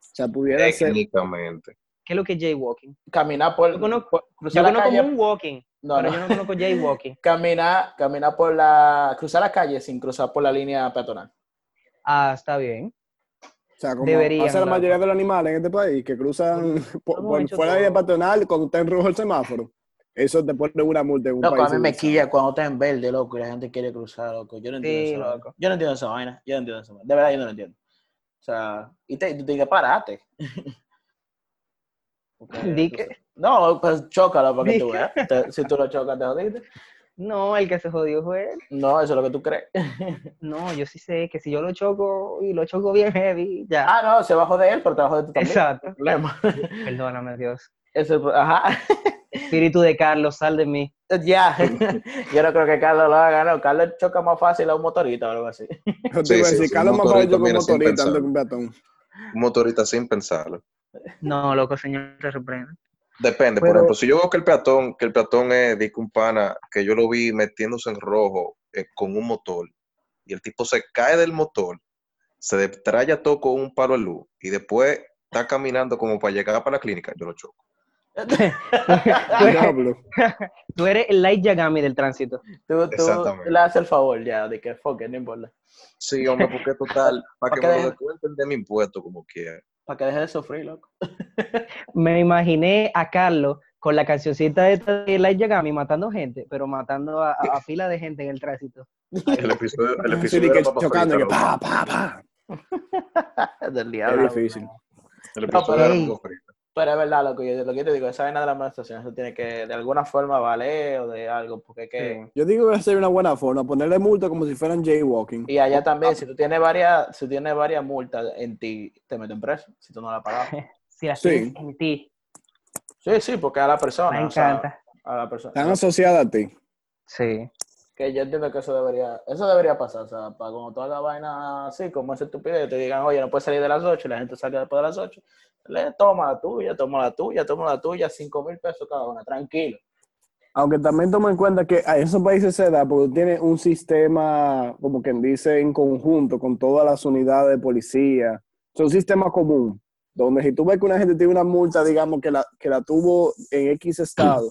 [SPEAKER 4] sea, pudiera ser.
[SPEAKER 1] Técnicamente.
[SPEAKER 5] ¿Qué es lo que es jaywalking?
[SPEAKER 2] caminar por,
[SPEAKER 5] Yo conozco-
[SPEAKER 2] por-
[SPEAKER 5] Yo
[SPEAKER 2] cruzar la
[SPEAKER 5] conozco
[SPEAKER 2] calle,
[SPEAKER 5] como un walking,
[SPEAKER 2] no,
[SPEAKER 5] pero
[SPEAKER 2] no.
[SPEAKER 5] yo no conozco jaywalking.
[SPEAKER 2] Caminar, caminar por la, cruzar la calle sin cruzar por la línea peatonal.
[SPEAKER 5] Ah, está bien.
[SPEAKER 4] O sea, como
[SPEAKER 5] Deberían,
[SPEAKER 4] pasa la
[SPEAKER 5] loco.
[SPEAKER 4] mayoría de los animales en este país que cruzan por,
[SPEAKER 5] hemos
[SPEAKER 4] por
[SPEAKER 5] hecho
[SPEAKER 4] fuera de
[SPEAKER 5] todo.
[SPEAKER 4] peatonal cuando está en rojo el semáforo. Eso te pone una multa en un
[SPEAKER 2] Loco, a
[SPEAKER 4] país.
[SPEAKER 2] mí me
[SPEAKER 4] civilizado.
[SPEAKER 2] quilla cuando está en verde, loco, y la gente quiere cruzar, loco. Yo no entiendo
[SPEAKER 5] Sí,
[SPEAKER 2] esa vaina.
[SPEAKER 5] loco.
[SPEAKER 2] Yo no entiendo esa vaina. Yo no entiendo esa vaina. De verdad, yo no lo entiendo. O sea, y te, y tú tienes que pararte. Porque,
[SPEAKER 5] Di
[SPEAKER 2] tú
[SPEAKER 5] que-
[SPEAKER 2] sabes. no, pues chócalo para que
[SPEAKER 5] Di
[SPEAKER 2] tú
[SPEAKER 5] que-
[SPEAKER 2] veas. Te- si tú lo chocas, te jodiste.
[SPEAKER 5] No, el que se jodió fue él.
[SPEAKER 2] No, eso es lo que tú crees.
[SPEAKER 5] No, yo sí sé que si yo lo choco y lo choco bien heavy, ya.
[SPEAKER 2] Ah, no, se bajó de él, pero te bajó de tú también.
[SPEAKER 5] Exacto.
[SPEAKER 2] Problema.
[SPEAKER 5] Perdóname, Dios.
[SPEAKER 2] Eso es- ajá.
[SPEAKER 5] Espíritu de Carlos, sal de mí.
[SPEAKER 2] Ya. Yo no creo que Carlos lo haga, no. Carlos choca más fácil a un motorista o algo así.
[SPEAKER 4] Yo te iba
[SPEAKER 1] Sí, sí,
[SPEAKER 4] a decir,
[SPEAKER 1] sí,
[SPEAKER 4] Carlos
[SPEAKER 1] un
[SPEAKER 4] más parecido con
[SPEAKER 1] motorista, mira,
[SPEAKER 4] motorista
[SPEAKER 1] sin
[SPEAKER 4] ando con peatón.
[SPEAKER 1] Un motorista sin pensarlo.
[SPEAKER 5] No, loco, señor, te sorprende.
[SPEAKER 1] Depende, por
[SPEAKER 5] Pero-
[SPEAKER 1] ejemplo, si yo veo que el peatón, que el peatón es de que un pana, que yo lo vi metiéndose en rojo eh, con un motor, y el tipo se cae del motor, se detraya todo con un palo de luz, y después está caminando como para llegar para la clínica, yo lo choco.
[SPEAKER 2] Ah,
[SPEAKER 4] Diablo.
[SPEAKER 5] Tú eres el Light Yagami del tránsito.
[SPEAKER 2] Tú, tú
[SPEAKER 1] Exactamente.
[SPEAKER 2] le haces el favor ya de que fuck it, no importa.
[SPEAKER 1] Sí, hombre, porque total, para
[SPEAKER 2] ¿Para
[SPEAKER 1] que
[SPEAKER 2] qué
[SPEAKER 1] me lo
[SPEAKER 2] deja?
[SPEAKER 1] descuenten de mi impuesto como quiera.
[SPEAKER 2] Para que deje de sufrir, loco.
[SPEAKER 5] Me imaginé a Carlos con la cancioncita esta de Light Yagami matando gente, pero matando a, a- a fila de gente en el tránsito.
[SPEAKER 1] El episodio, el
[SPEAKER 4] Sí,
[SPEAKER 1] episodio
[SPEAKER 4] di
[SPEAKER 1] de
[SPEAKER 4] que
[SPEAKER 1] la papa frita,
[SPEAKER 4] chocando, y que
[SPEAKER 1] loco.
[SPEAKER 4] pa, pa, pa.
[SPEAKER 2] Del
[SPEAKER 4] Es
[SPEAKER 2] diablo.
[SPEAKER 4] difícil.
[SPEAKER 1] El episodio
[SPEAKER 2] No,
[SPEAKER 1] de la
[SPEAKER 5] pero-
[SPEAKER 1] papa frita.
[SPEAKER 2] Pero es verdad, loco. Yo, lo que yo te digo, esa vaina de la manifestación, eso tiene que de alguna forma valer o de algo, porque es que.
[SPEAKER 4] Yo digo que sería una buena forma, ponerle multa como si fueran jaywalking.
[SPEAKER 2] Y allá también, si tú tienes varias, si tienes varias multas en ti, te meten preso, si tú no la pagas.
[SPEAKER 5] Si las
[SPEAKER 4] Sí.
[SPEAKER 5] tienes en ti,
[SPEAKER 2] Sí, sí, porque a la persona.
[SPEAKER 5] me
[SPEAKER 2] Ah, o sea,
[SPEAKER 5] encanta.
[SPEAKER 2] a la persona.
[SPEAKER 4] Están asociadas a ti.
[SPEAKER 5] Sí.
[SPEAKER 2] Que yo entiendo que eso debería, eso debería pasar, o sea, para cuando toda la vaina así, como esa estupidez, te digan, oye, no puedes salir de las 8, y la gente sale después de las 8, le toma la tuya, toma la tuya, toma la tuya, 5 mil pesos cada una, tranquilo.
[SPEAKER 4] Aunque también toma en cuenta que a esos países se da porque tiene un sistema, como quien dice, en conjunto con todas las unidades de policía. Es un sistema común, donde si tú ves que una gente tiene una multa, digamos, que la, que la tuvo en X estado,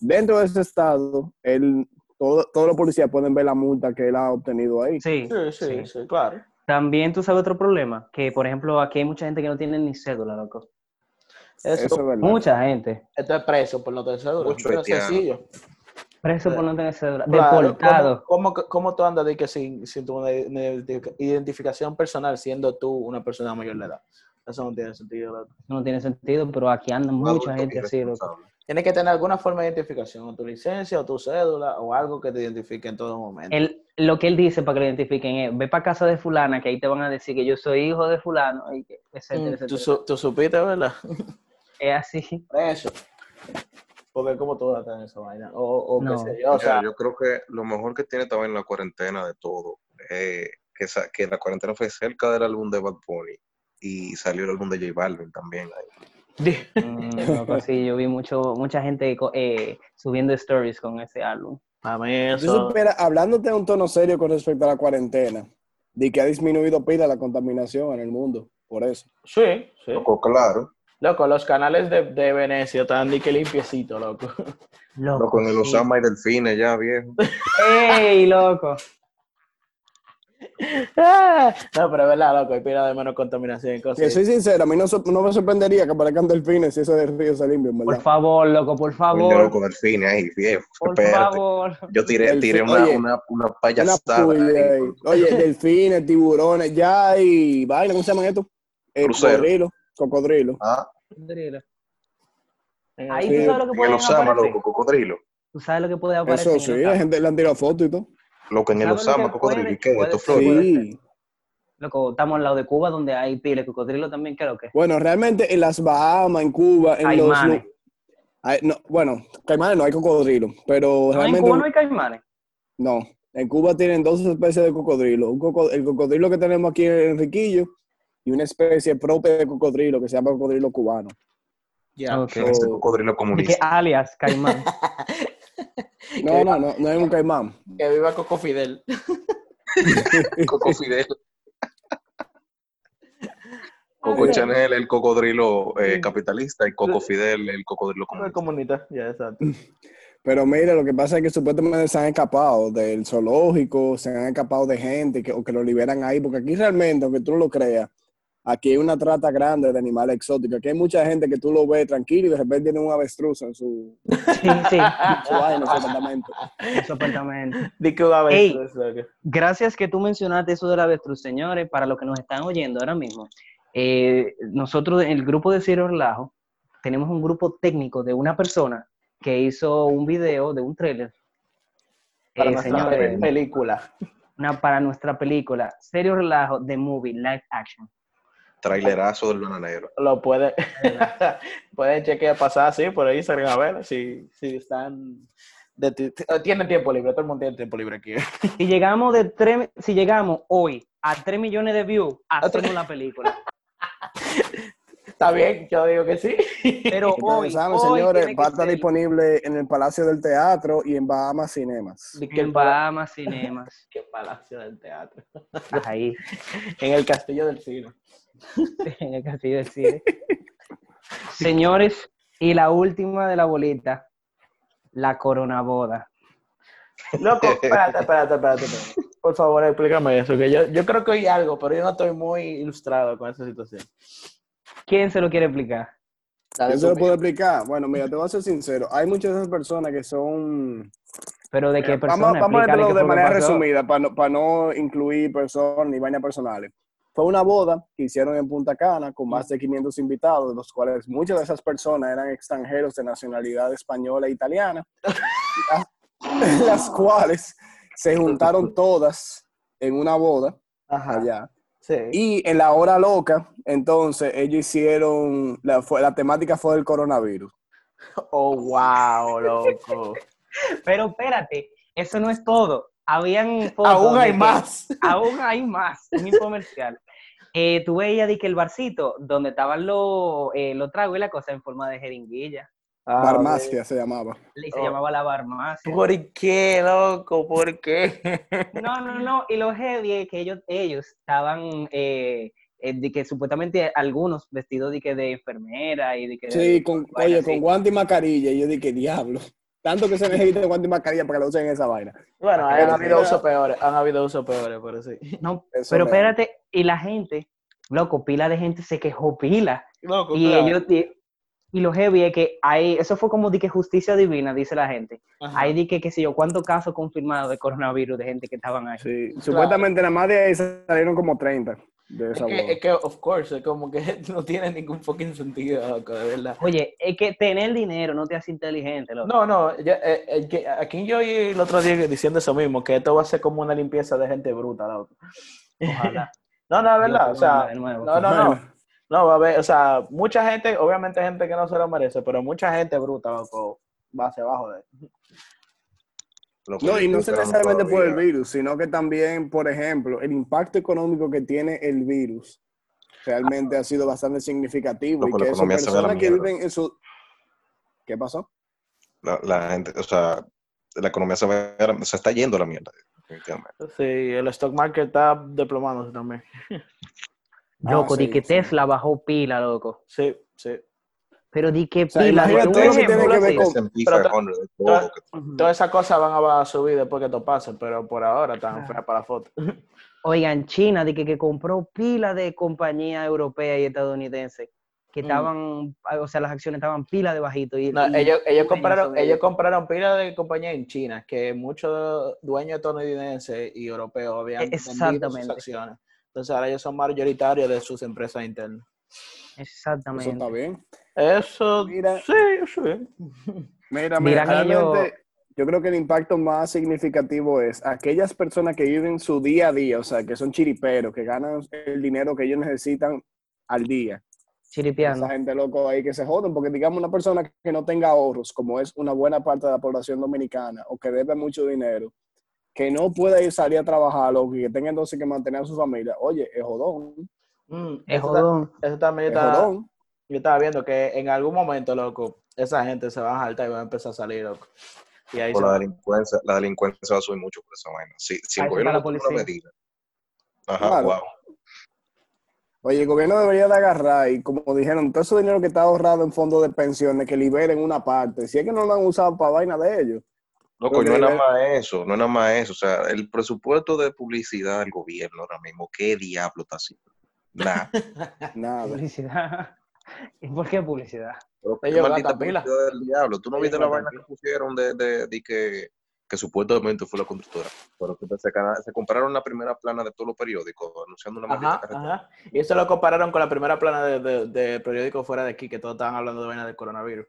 [SPEAKER 4] dentro de ese estado, el, todo, todos los policías pueden ver la multa que él ha obtenido ahí.
[SPEAKER 5] Sí.
[SPEAKER 2] Sí, sí, sí,
[SPEAKER 5] Sí.
[SPEAKER 2] claro.
[SPEAKER 5] También tú sabes otro problema, que por ejemplo aquí hay mucha gente que no tiene ni cédula, loco.
[SPEAKER 2] Eso,
[SPEAKER 4] Eso es verdad.
[SPEAKER 5] Mucha gente.
[SPEAKER 2] esto es preso por no tener cédula,
[SPEAKER 1] Mucho
[SPEAKER 2] pero
[SPEAKER 1] haitiano.
[SPEAKER 2] sencillo.
[SPEAKER 5] Preso
[SPEAKER 1] Eh,
[SPEAKER 5] por pues,
[SPEAKER 2] Claro.
[SPEAKER 5] no tener cédula.
[SPEAKER 2] Claro,
[SPEAKER 5] Deportado.
[SPEAKER 2] ¿Cómo, cómo, cómo tú andas de que sin, sin tu identi- identificación personal siendo tú una persona mayor de edad? Eso no tiene sentido. loco.
[SPEAKER 5] No tiene sentido, pero aquí anda
[SPEAKER 1] Un
[SPEAKER 5] mucha
[SPEAKER 1] adulto
[SPEAKER 5] gente así, loco.
[SPEAKER 1] irresponsable.
[SPEAKER 2] Tienes que tener alguna forma de identificación, o tu licencia, o tu cédula, o algo que te identifique en todo momento.
[SPEAKER 5] Él- lo que él dice para que lo identifiquen es, ve para casa de fulana, que ahí te van a decir que yo soy hijo de fulano, y que, etcétera,
[SPEAKER 2] Mm, tú,
[SPEAKER 5] etcétera.
[SPEAKER 2] su- tú supiste, ¿verdad?
[SPEAKER 5] Es así.
[SPEAKER 2] Eso. Porque como tú vas a tener esa vaina. O, o qué
[SPEAKER 5] No.
[SPEAKER 2] sé yo, o
[SPEAKER 1] Mira,
[SPEAKER 2] sea,
[SPEAKER 1] yo creo que lo mejor que tiene también la cuarentena de todo es que, sa- que la cuarentena fue cerca del álbum de Bad Bunny y salió el álbum de J Balvin también. ahí.
[SPEAKER 5] Mm, loco, sí, yo vi mucho, mucha gente co- eh, subiendo stories con ese álbum.
[SPEAKER 2] A mí
[SPEAKER 4] Tú
[SPEAKER 2] eso.
[SPEAKER 4] supieras, hablándote de un tono serio con respecto a la cuarentena, de que ha disminuido pila la contaminación en el mundo, por eso.
[SPEAKER 2] Sí, sí.
[SPEAKER 1] Loco, claro.
[SPEAKER 2] Loco, los canales de, de Venecia están de que limpiecito, loco.
[SPEAKER 5] Loco,
[SPEAKER 1] Loco, en el
[SPEAKER 5] sí.
[SPEAKER 1] Osama y Delfines ya, viejo.
[SPEAKER 5] ¡Ey, loco!
[SPEAKER 2] Ah, no, pero es verdad, loco, hay pila de menos contaminación y cosas.
[SPEAKER 4] Que soy sincero, a mí no, so- no me sorprendería que aparezcan delfines si ese del río se limpia, en
[SPEAKER 5] Por
[SPEAKER 4] ¿verdad?
[SPEAKER 5] favor, loco, por
[SPEAKER 1] Coño,
[SPEAKER 5] favor.
[SPEAKER 1] loco, Delfines ahí, viejo.
[SPEAKER 5] Por
[SPEAKER 1] Espérate.
[SPEAKER 5] favor.
[SPEAKER 1] Yo tiré,
[SPEAKER 4] Delfín-
[SPEAKER 1] tiré una,
[SPEAKER 4] oye,
[SPEAKER 1] una, una
[SPEAKER 4] Una
[SPEAKER 1] payasada
[SPEAKER 4] puya
[SPEAKER 1] ahí,
[SPEAKER 4] ahí.
[SPEAKER 1] con
[SPEAKER 4] Oye, delfines, tiburones, ya hay vaina, ¿cómo se llaman estos? Eh,
[SPEAKER 1] Crucero.
[SPEAKER 4] cocodrilo, cocodrilo.
[SPEAKER 1] Ah,
[SPEAKER 2] En el-
[SPEAKER 5] Ahí
[SPEAKER 4] Sí.
[SPEAKER 5] tú sabes lo que
[SPEAKER 1] en el
[SPEAKER 5] pueden
[SPEAKER 1] Osama,
[SPEAKER 5] aparecer.
[SPEAKER 1] loco, cocodrilo.
[SPEAKER 5] Tú sabes lo que puede aparecer. Ah,
[SPEAKER 4] Eso
[SPEAKER 5] en
[SPEAKER 4] sí,
[SPEAKER 5] el
[SPEAKER 4] la
[SPEAKER 5] Osama.
[SPEAKER 4] gente le han tirado fotos y todo.
[SPEAKER 1] Loco, en el
[SPEAKER 5] ¿Sabes lo que
[SPEAKER 1] Osama, cocodrilo. ¿Y
[SPEAKER 5] puede,
[SPEAKER 1] qué?
[SPEAKER 5] puede
[SPEAKER 1] Esto,
[SPEAKER 5] ser,
[SPEAKER 1] Flores.
[SPEAKER 5] puede ser?
[SPEAKER 4] Sí.
[SPEAKER 5] Loco, estamos al lado de Cuba donde hay pile cocodrilo también, creo que.
[SPEAKER 4] Bueno, realmente en las Bahamas, en Cuba, en los... lu-
[SPEAKER 5] Caimanes.
[SPEAKER 4] hay- no, bueno, caimanes no hay cocodrilo, pero
[SPEAKER 5] No, en
[SPEAKER 4] Pues realmente...
[SPEAKER 5] Cuba no hay caimanes.
[SPEAKER 4] No, en Cuba tienen dos especies de cocodrilo. Un coco- el cocodrilo que tenemos aquí en Enriquillo y una especie propia de cocodrilo que se llama cocodrilo cubano.
[SPEAKER 2] Ya.
[SPEAKER 5] Ok.
[SPEAKER 1] Ese
[SPEAKER 4] So,
[SPEAKER 1] cocodrilo
[SPEAKER 5] ¿Y qué
[SPEAKER 1] comunista.
[SPEAKER 5] alias caimán?
[SPEAKER 4] no, no, no, no es un caimán.
[SPEAKER 2] Que viva Coco Fidel.
[SPEAKER 1] Coco Fidel. Coco
[SPEAKER 4] Eh,
[SPEAKER 1] Chanel, el cocodrilo eh,
[SPEAKER 2] Sí.
[SPEAKER 1] capitalista, y Coco Fidel, el cocodrilo comunista.
[SPEAKER 2] comunista. Ya, exacto.
[SPEAKER 4] Pero mira, lo que pasa es que supuestamente se han escapado del zoológico, se han escapado de gente que, o que lo liberan ahí, porque aquí realmente, aunque tú no lo creas, aquí hay una trata grande de animales exóticos. Aquí hay mucha gente que tú lo ves tranquilo y de repente tiene un avestruz en su,
[SPEAKER 5] Sí, sí,
[SPEAKER 4] en su vaina, en su apartamento.
[SPEAKER 5] en su apartamento.
[SPEAKER 2] Di que una vez.
[SPEAKER 5] Ey.
[SPEAKER 2] tú eres loco.
[SPEAKER 5] Gracias que tú mencionaste eso del avestruz, señores, para los que nos están oyendo ahora mismo. eh, nosotros, el grupo de Ciro Relajo, tenemos un grupo técnico de una persona que hizo un video de un trailer.
[SPEAKER 2] Para
[SPEAKER 5] eh,
[SPEAKER 2] nuestra
[SPEAKER 5] señores,
[SPEAKER 2] pe- película.
[SPEAKER 5] una- para nuestra película, Serio Relajo, de Movie, Live Action.
[SPEAKER 1] Trailerazo del bananero.
[SPEAKER 2] Lo pueden. pueden chequear, pasar así por ahí, salen a ver si, si están. de ti- tienen tiempo libre, todo el mundo tiene tiempo libre aquí.
[SPEAKER 5] Si llegamos, de tres, si llegamos hoy a 3 millones de views, hacemos
[SPEAKER 2] tres.
[SPEAKER 5] la película.
[SPEAKER 2] Está bien, yo digo que sí.
[SPEAKER 5] Pero hoy,
[SPEAKER 4] Ustedes saben,
[SPEAKER 5] hoy
[SPEAKER 4] señores,
[SPEAKER 5] tiene que
[SPEAKER 4] va a estar
[SPEAKER 5] ser
[SPEAKER 4] disponible en el Palacio del Teatro y en Bahamas Cinemas.
[SPEAKER 2] Di que
[SPEAKER 5] en
[SPEAKER 2] el pala-
[SPEAKER 5] Bahamas Cinemas.
[SPEAKER 2] que el palacio del teatro.
[SPEAKER 5] Ahí,
[SPEAKER 2] En el castillo del cine.
[SPEAKER 5] en el castillo del cine. Señores, y la última de la bolita, la corona boda.
[SPEAKER 2] Loco, espérate, espérate, espérate. espérate. Por favor, explícame eso, que yo, yo creo que oí algo, pero yo no estoy muy ilustrado con esa situación.
[SPEAKER 5] ¿Quién se lo quiere explicar?
[SPEAKER 4] Yo se lo puedo explicar. Bueno, mira, te voy a ser sincero. Hay muchas de esas personas que son.
[SPEAKER 5] Pero de qué
[SPEAKER 4] Mira, vamos,
[SPEAKER 5] persona,
[SPEAKER 4] vamos a
[SPEAKER 5] explícale qué
[SPEAKER 4] decirlo de
[SPEAKER 5] fue lo que
[SPEAKER 4] manera
[SPEAKER 5] pasó.
[SPEAKER 4] resumida, para no, para no incluir personas ni vainas personales. Fue una boda que hicieron en Punta Cana con más de 500 invitados, de los cuales muchas de esas personas eran extranjeros de nacionalidad española e italiana, las, las cuales se juntaron todas en una boda
[SPEAKER 2] Ajá,
[SPEAKER 4] allá.
[SPEAKER 2] sí.
[SPEAKER 4] Y en la hora loca, entonces ellos hicieron, la, fue- la temática fue del coronavirus.
[SPEAKER 2] Oh, wow, loco.
[SPEAKER 5] Pero espérate, eso no es todo. Habían fotos
[SPEAKER 2] Aún
[SPEAKER 5] de
[SPEAKER 2] hay
[SPEAKER 5] que-
[SPEAKER 2] más.
[SPEAKER 5] Aún hay más, un infomercial. Eh, tú veías de que el barcito donde estaban los eh, los tragos y la cosa en forma de jeringuilla.
[SPEAKER 2] Ah,
[SPEAKER 4] Barmastia se llamaba.
[SPEAKER 5] Y se
[SPEAKER 2] Oh.
[SPEAKER 5] llamaba la barmacia.
[SPEAKER 2] ¿Por qué, loco? ¿Por qué?
[SPEAKER 5] No, no, no. Y los heavy es que ellos, ellos estaban, eh, eh, de que supuestamente algunos vestidos de, que de enfermera y de que...
[SPEAKER 4] Sí, con,
[SPEAKER 5] vaina
[SPEAKER 4] oye,
[SPEAKER 5] así.
[SPEAKER 4] con guante y mascarilla. Y yo dije, diablo. Tanto que se necesita guante y mascarilla para que lo usen en esa vaina.
[SPEAKER 2] Bueno,
[SPEAKER 5] Para que
[SPEAKER 2] han
[SPEAKER 5] la
[SPEAKER 2] habido
[SPEAKER 4] mira.
[SPEAKER 2] usos peores, han habido usos peores, pero sí.
[SPEAKER 5] No,
[SPEAKER 4] Eso
[SPEAKER 5] pero
[SPEAKER 4] me-
[SPEAKER 5] espérate, y la gente, loco, pila de gente se quejó, pila.
[SPEAKER 2] Loco,
[SPEAKER 4] Oh,
[SPEAKER 5] Y
[SPEAKER 2] claro.
[SPEAKER 5] ellos, di- y los heavy es que hay, eso fue como de que justicia divina, dice la gente.
[SPEAKER 2] Ajá.
[SPEAKER 5] Hay de que, qué sé yo, cuántos casos confirmados de coronavirus de gente que estaban ahí.
[SPEAKER 4] Sí, supuestamente nada más de ahí salieron como 30 de
[SPEAKER 2] Es
[SPEAKER 4] esa
[SPEAKER 2] que,
[SPEAKER 4] boda.
[SPEAKER 2] es que, of course, es como que no tiene ningún fucking sentido, loco, de verdad.
[SPEAKER 5] Oye, es que tener dinero no te hace inteligente, loco.
[SPEAKER 2] No, no, yo, eh, eh, que- aquí yo oí el otro día diciendo eso mismo, que esto va a ser como una limpieza de gente bruta, loco.
[SPEAKER 5] Ojalá.
[SPEAKER 2] No, no, es
[SPEAKER 5] Dios
[SPEAKER 2] verdad,
[SPEAKER 5] te
[SPEAKER 2] o sea,
[SPEAKER 5] manda de
[SPEAKER 2] no,
[SPEAKER 5] nuevo.
[SPEAKER 2] no, no.
[SPEAKER 4] Bueno,
[SPEAKER 2] No, va a haber, o sea, mucha gente, obviamente gente que no se lo merece, pero mucha gente bruta, loco, va hacia abajo de
[SPEAKER 1] Lo que
[SPEAKER 4] No, y no
[SPEAKER 1] estoy esperando
[SPEAKER 4] se necesariamente por el
[SPEAKER 1] todavía.
[SPEAKER 4] virus, sino que también, por ejemplo, el impacto económico que tiene el virus realmente ha sido bastante significativo.
[SPEAKER 1] Loco,
[SPEAKER 4] Y
[SPEAKER 1] pues la
[SPEAKER 4] que esas
[SPEAKER 1] economía se ve a la
[SPEAKER 4] personas que
[SPEAKER 1] mierda.
[SPEAKER 4] viven en su... ¿Qué pasó?
[SPEAKER 1] La, la gente, o sea, la economía se, va a- se está yendo a la mierda, definitivamente.
[SPEAKER 2] Sí, el stock market está deplomándose también.
[SPEAKER 5] Loco,
[SPEAKER 4] Ah,
[SPEAKER 5] di
[SPEAKER 4] sí,
[SPEAKER 5] que
[SPEAKER 4] sí.
[SPEAKER 5] Tesla bajó pila, loco.
[SPEAKER 2] Sí, sí.
[SPEAKER 5] Pero di que
[SPEAKER 4] sea,
[SPEAKER 5] pila.
[SPEAKER 4] imagínate
[SPEAKER 5] por un
[SPEAKER 4] lo que tiene
[SPEAKER 5] ejemplo,
[SPEAKER 4] que ver
[SPEAKER 5] así.
[SPEAKER 4] con-
[SPEAKER 1] S&P
[SPEAKER 2] pero to-
[SPEAKER 1] 500, de todo.
[SPEAKER 2] to-
[SPEAKER 1] que-
[SPEAKER 5] Ujú.
[SPEAKER 2] Todas esas cosas van a, va a subir después que esto pase, pero por ahora están fuera para la foto.
[SPEAKER 5] Oigan, China, de que, que compró pila de compañías europeas y estadounidenses que
[SPEAKER 2] Mm.
[SPEAKER 5] estaban, o sea, las acciones estaban pila de bajito. Y,
[SPEAKER 2] No,
[SPEAKER 5] y-
[SPEAKER 2] ellos, ellos
[SPEAKER 5] bueno,
[SPEAKER 2] compraron,
[SPEAKER 5] sobre
[SPEAKER 2] ellos
[SPEAKER 5] ello.
[SPEAKER 2] compraron pilas de compañías en China, que muchos dueños estadounidenses y europeos habían vendido sus
[SPEAKER 5] Exactamente.
[SPEAKER 2] acciones. Entonces ahora ellos son mayoritarios de sus empresas internas.
[SPEAKER 4] Eso está
[SPEAKER 5] Exactamente.
[SPEAKER 4] bien.
[SPEAKER 2] Eso,
[SPEAKER 4] Mira.
[SPEAKER 2] sí, sí.
[SPEAKER 4] Mira, mira,
[SPEAKER 5] Dirán ellos-
[SPEAKER 4] realmente yo creo que el impacto más significativo es aquellas personas que viven su día a día, o sea, que son chiriperos, que ganan el dinero que ellos necesitan al día.
[SPEAKER 5] Chiripiando.
[SPEAKER 4] Esa gente loco ahí que se joden, porque digamos una persona que no tenga ahorros, como es una buena parte de la población dominicana, o que debe mucho dinero, que no pueda ir salir a trabajar, o que tenga entonces que mantener a su familia, oye, es jodón,
[SPEAKER 2] Mm,
[SPEAKER 5] Es
[SPEAKER 2] eso, ta-
[SPEAKER 5] jodón.
[SPEAKER 2] eso también
[SPEAKER 4] es
[SPEAKER 2] está...
[SPEAKER 4] jodón.
[SPEAKER 2] Yo estaba viendo que en algún momento, loco, esa gente se va a saltar y va a empezar a salir, loco. Y ahí
[SPEAKER 1] o
[SPEAKER 2] se
[SPEAKER 1] la
[SPEAKER 2] va.
[SPEAKER 1] delincuencia, la delincuencia va a subir mucho por esa vaina. Si, si
[SPEAKER 5] Ahí
[SPEAKER 1] el
[SPEAKER 5] se
[SPEAKER 1] gobierno
[SPEAKER 5] está
[SPEAKER 1] no
[SPEAKER 5] la
[SPEAKER 1] toma una
[SPEAKER 5] policía.
[SPEAKER 1] medida, ajá,
[SPEAKER 4] Claro.
[SPEAKER 1] wow.
[SPEAKER 4] Oye, el gobierno debería de agarrar y como dijeron, todo ese dinero que está ahorrado en fondos de pensiones, que liberen una parte. Si es que no lo han usado para vaina de ellos.
[SPEAKER 1] Loco, y
[SPEAKER 4] Creo
[SPEAKER 1] no
[SPEAKER 4] que
[SPEAKER 1] es nada
[SPEAKER 4] debe-
[SPEAKER 1] más eso, no es nada más eso. O sea, el presupuesto de publicidad del gobierno ahora mismo, ¿qué diablo está haciendo? Nada.
[SPEAKER 4] Nada.
[SPEAKER 5] Publicidad. ¿Y por qué publicidad?
[SPEAKER 1] Pero qué
[SPEAKER 2] Ellos
[SPEAKER 1] maldita
[SPEAKER 2] gastan pila.
[SPEAKER 1] publicidad del diablo. ¿Tú no
[SPEAKER 2] Ellos
[SPEAKER 1] viste la
[SPEAKER 2] gastan
[SPEAKER 1] vaina que
[SPEAKER 2] pila.
[SPEAKER 1] pusieron de, de- de que, que supuestamente fue la constructora? Pero que se, ca- se compraron la primera plana de todos los periódicos anunciando una maldita
[SPEAKER 2] Ajá,
[SPEAKER 1] carretera.
[SPEAKER 2] ajá. Y eso lo compararon con la primera plana de, de- de periódico fuera de aquí, que todos estaban hablando de vaina del coronavirus.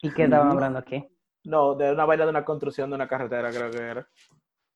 [SPEAKER 5] ¿Y qué estaban
[SPEAKER 4] Ujú.
[SPEAKER 5] hablando aquí?
[SPEAKER 2] No, de una vaina de una construcción de una carretera, creo que era.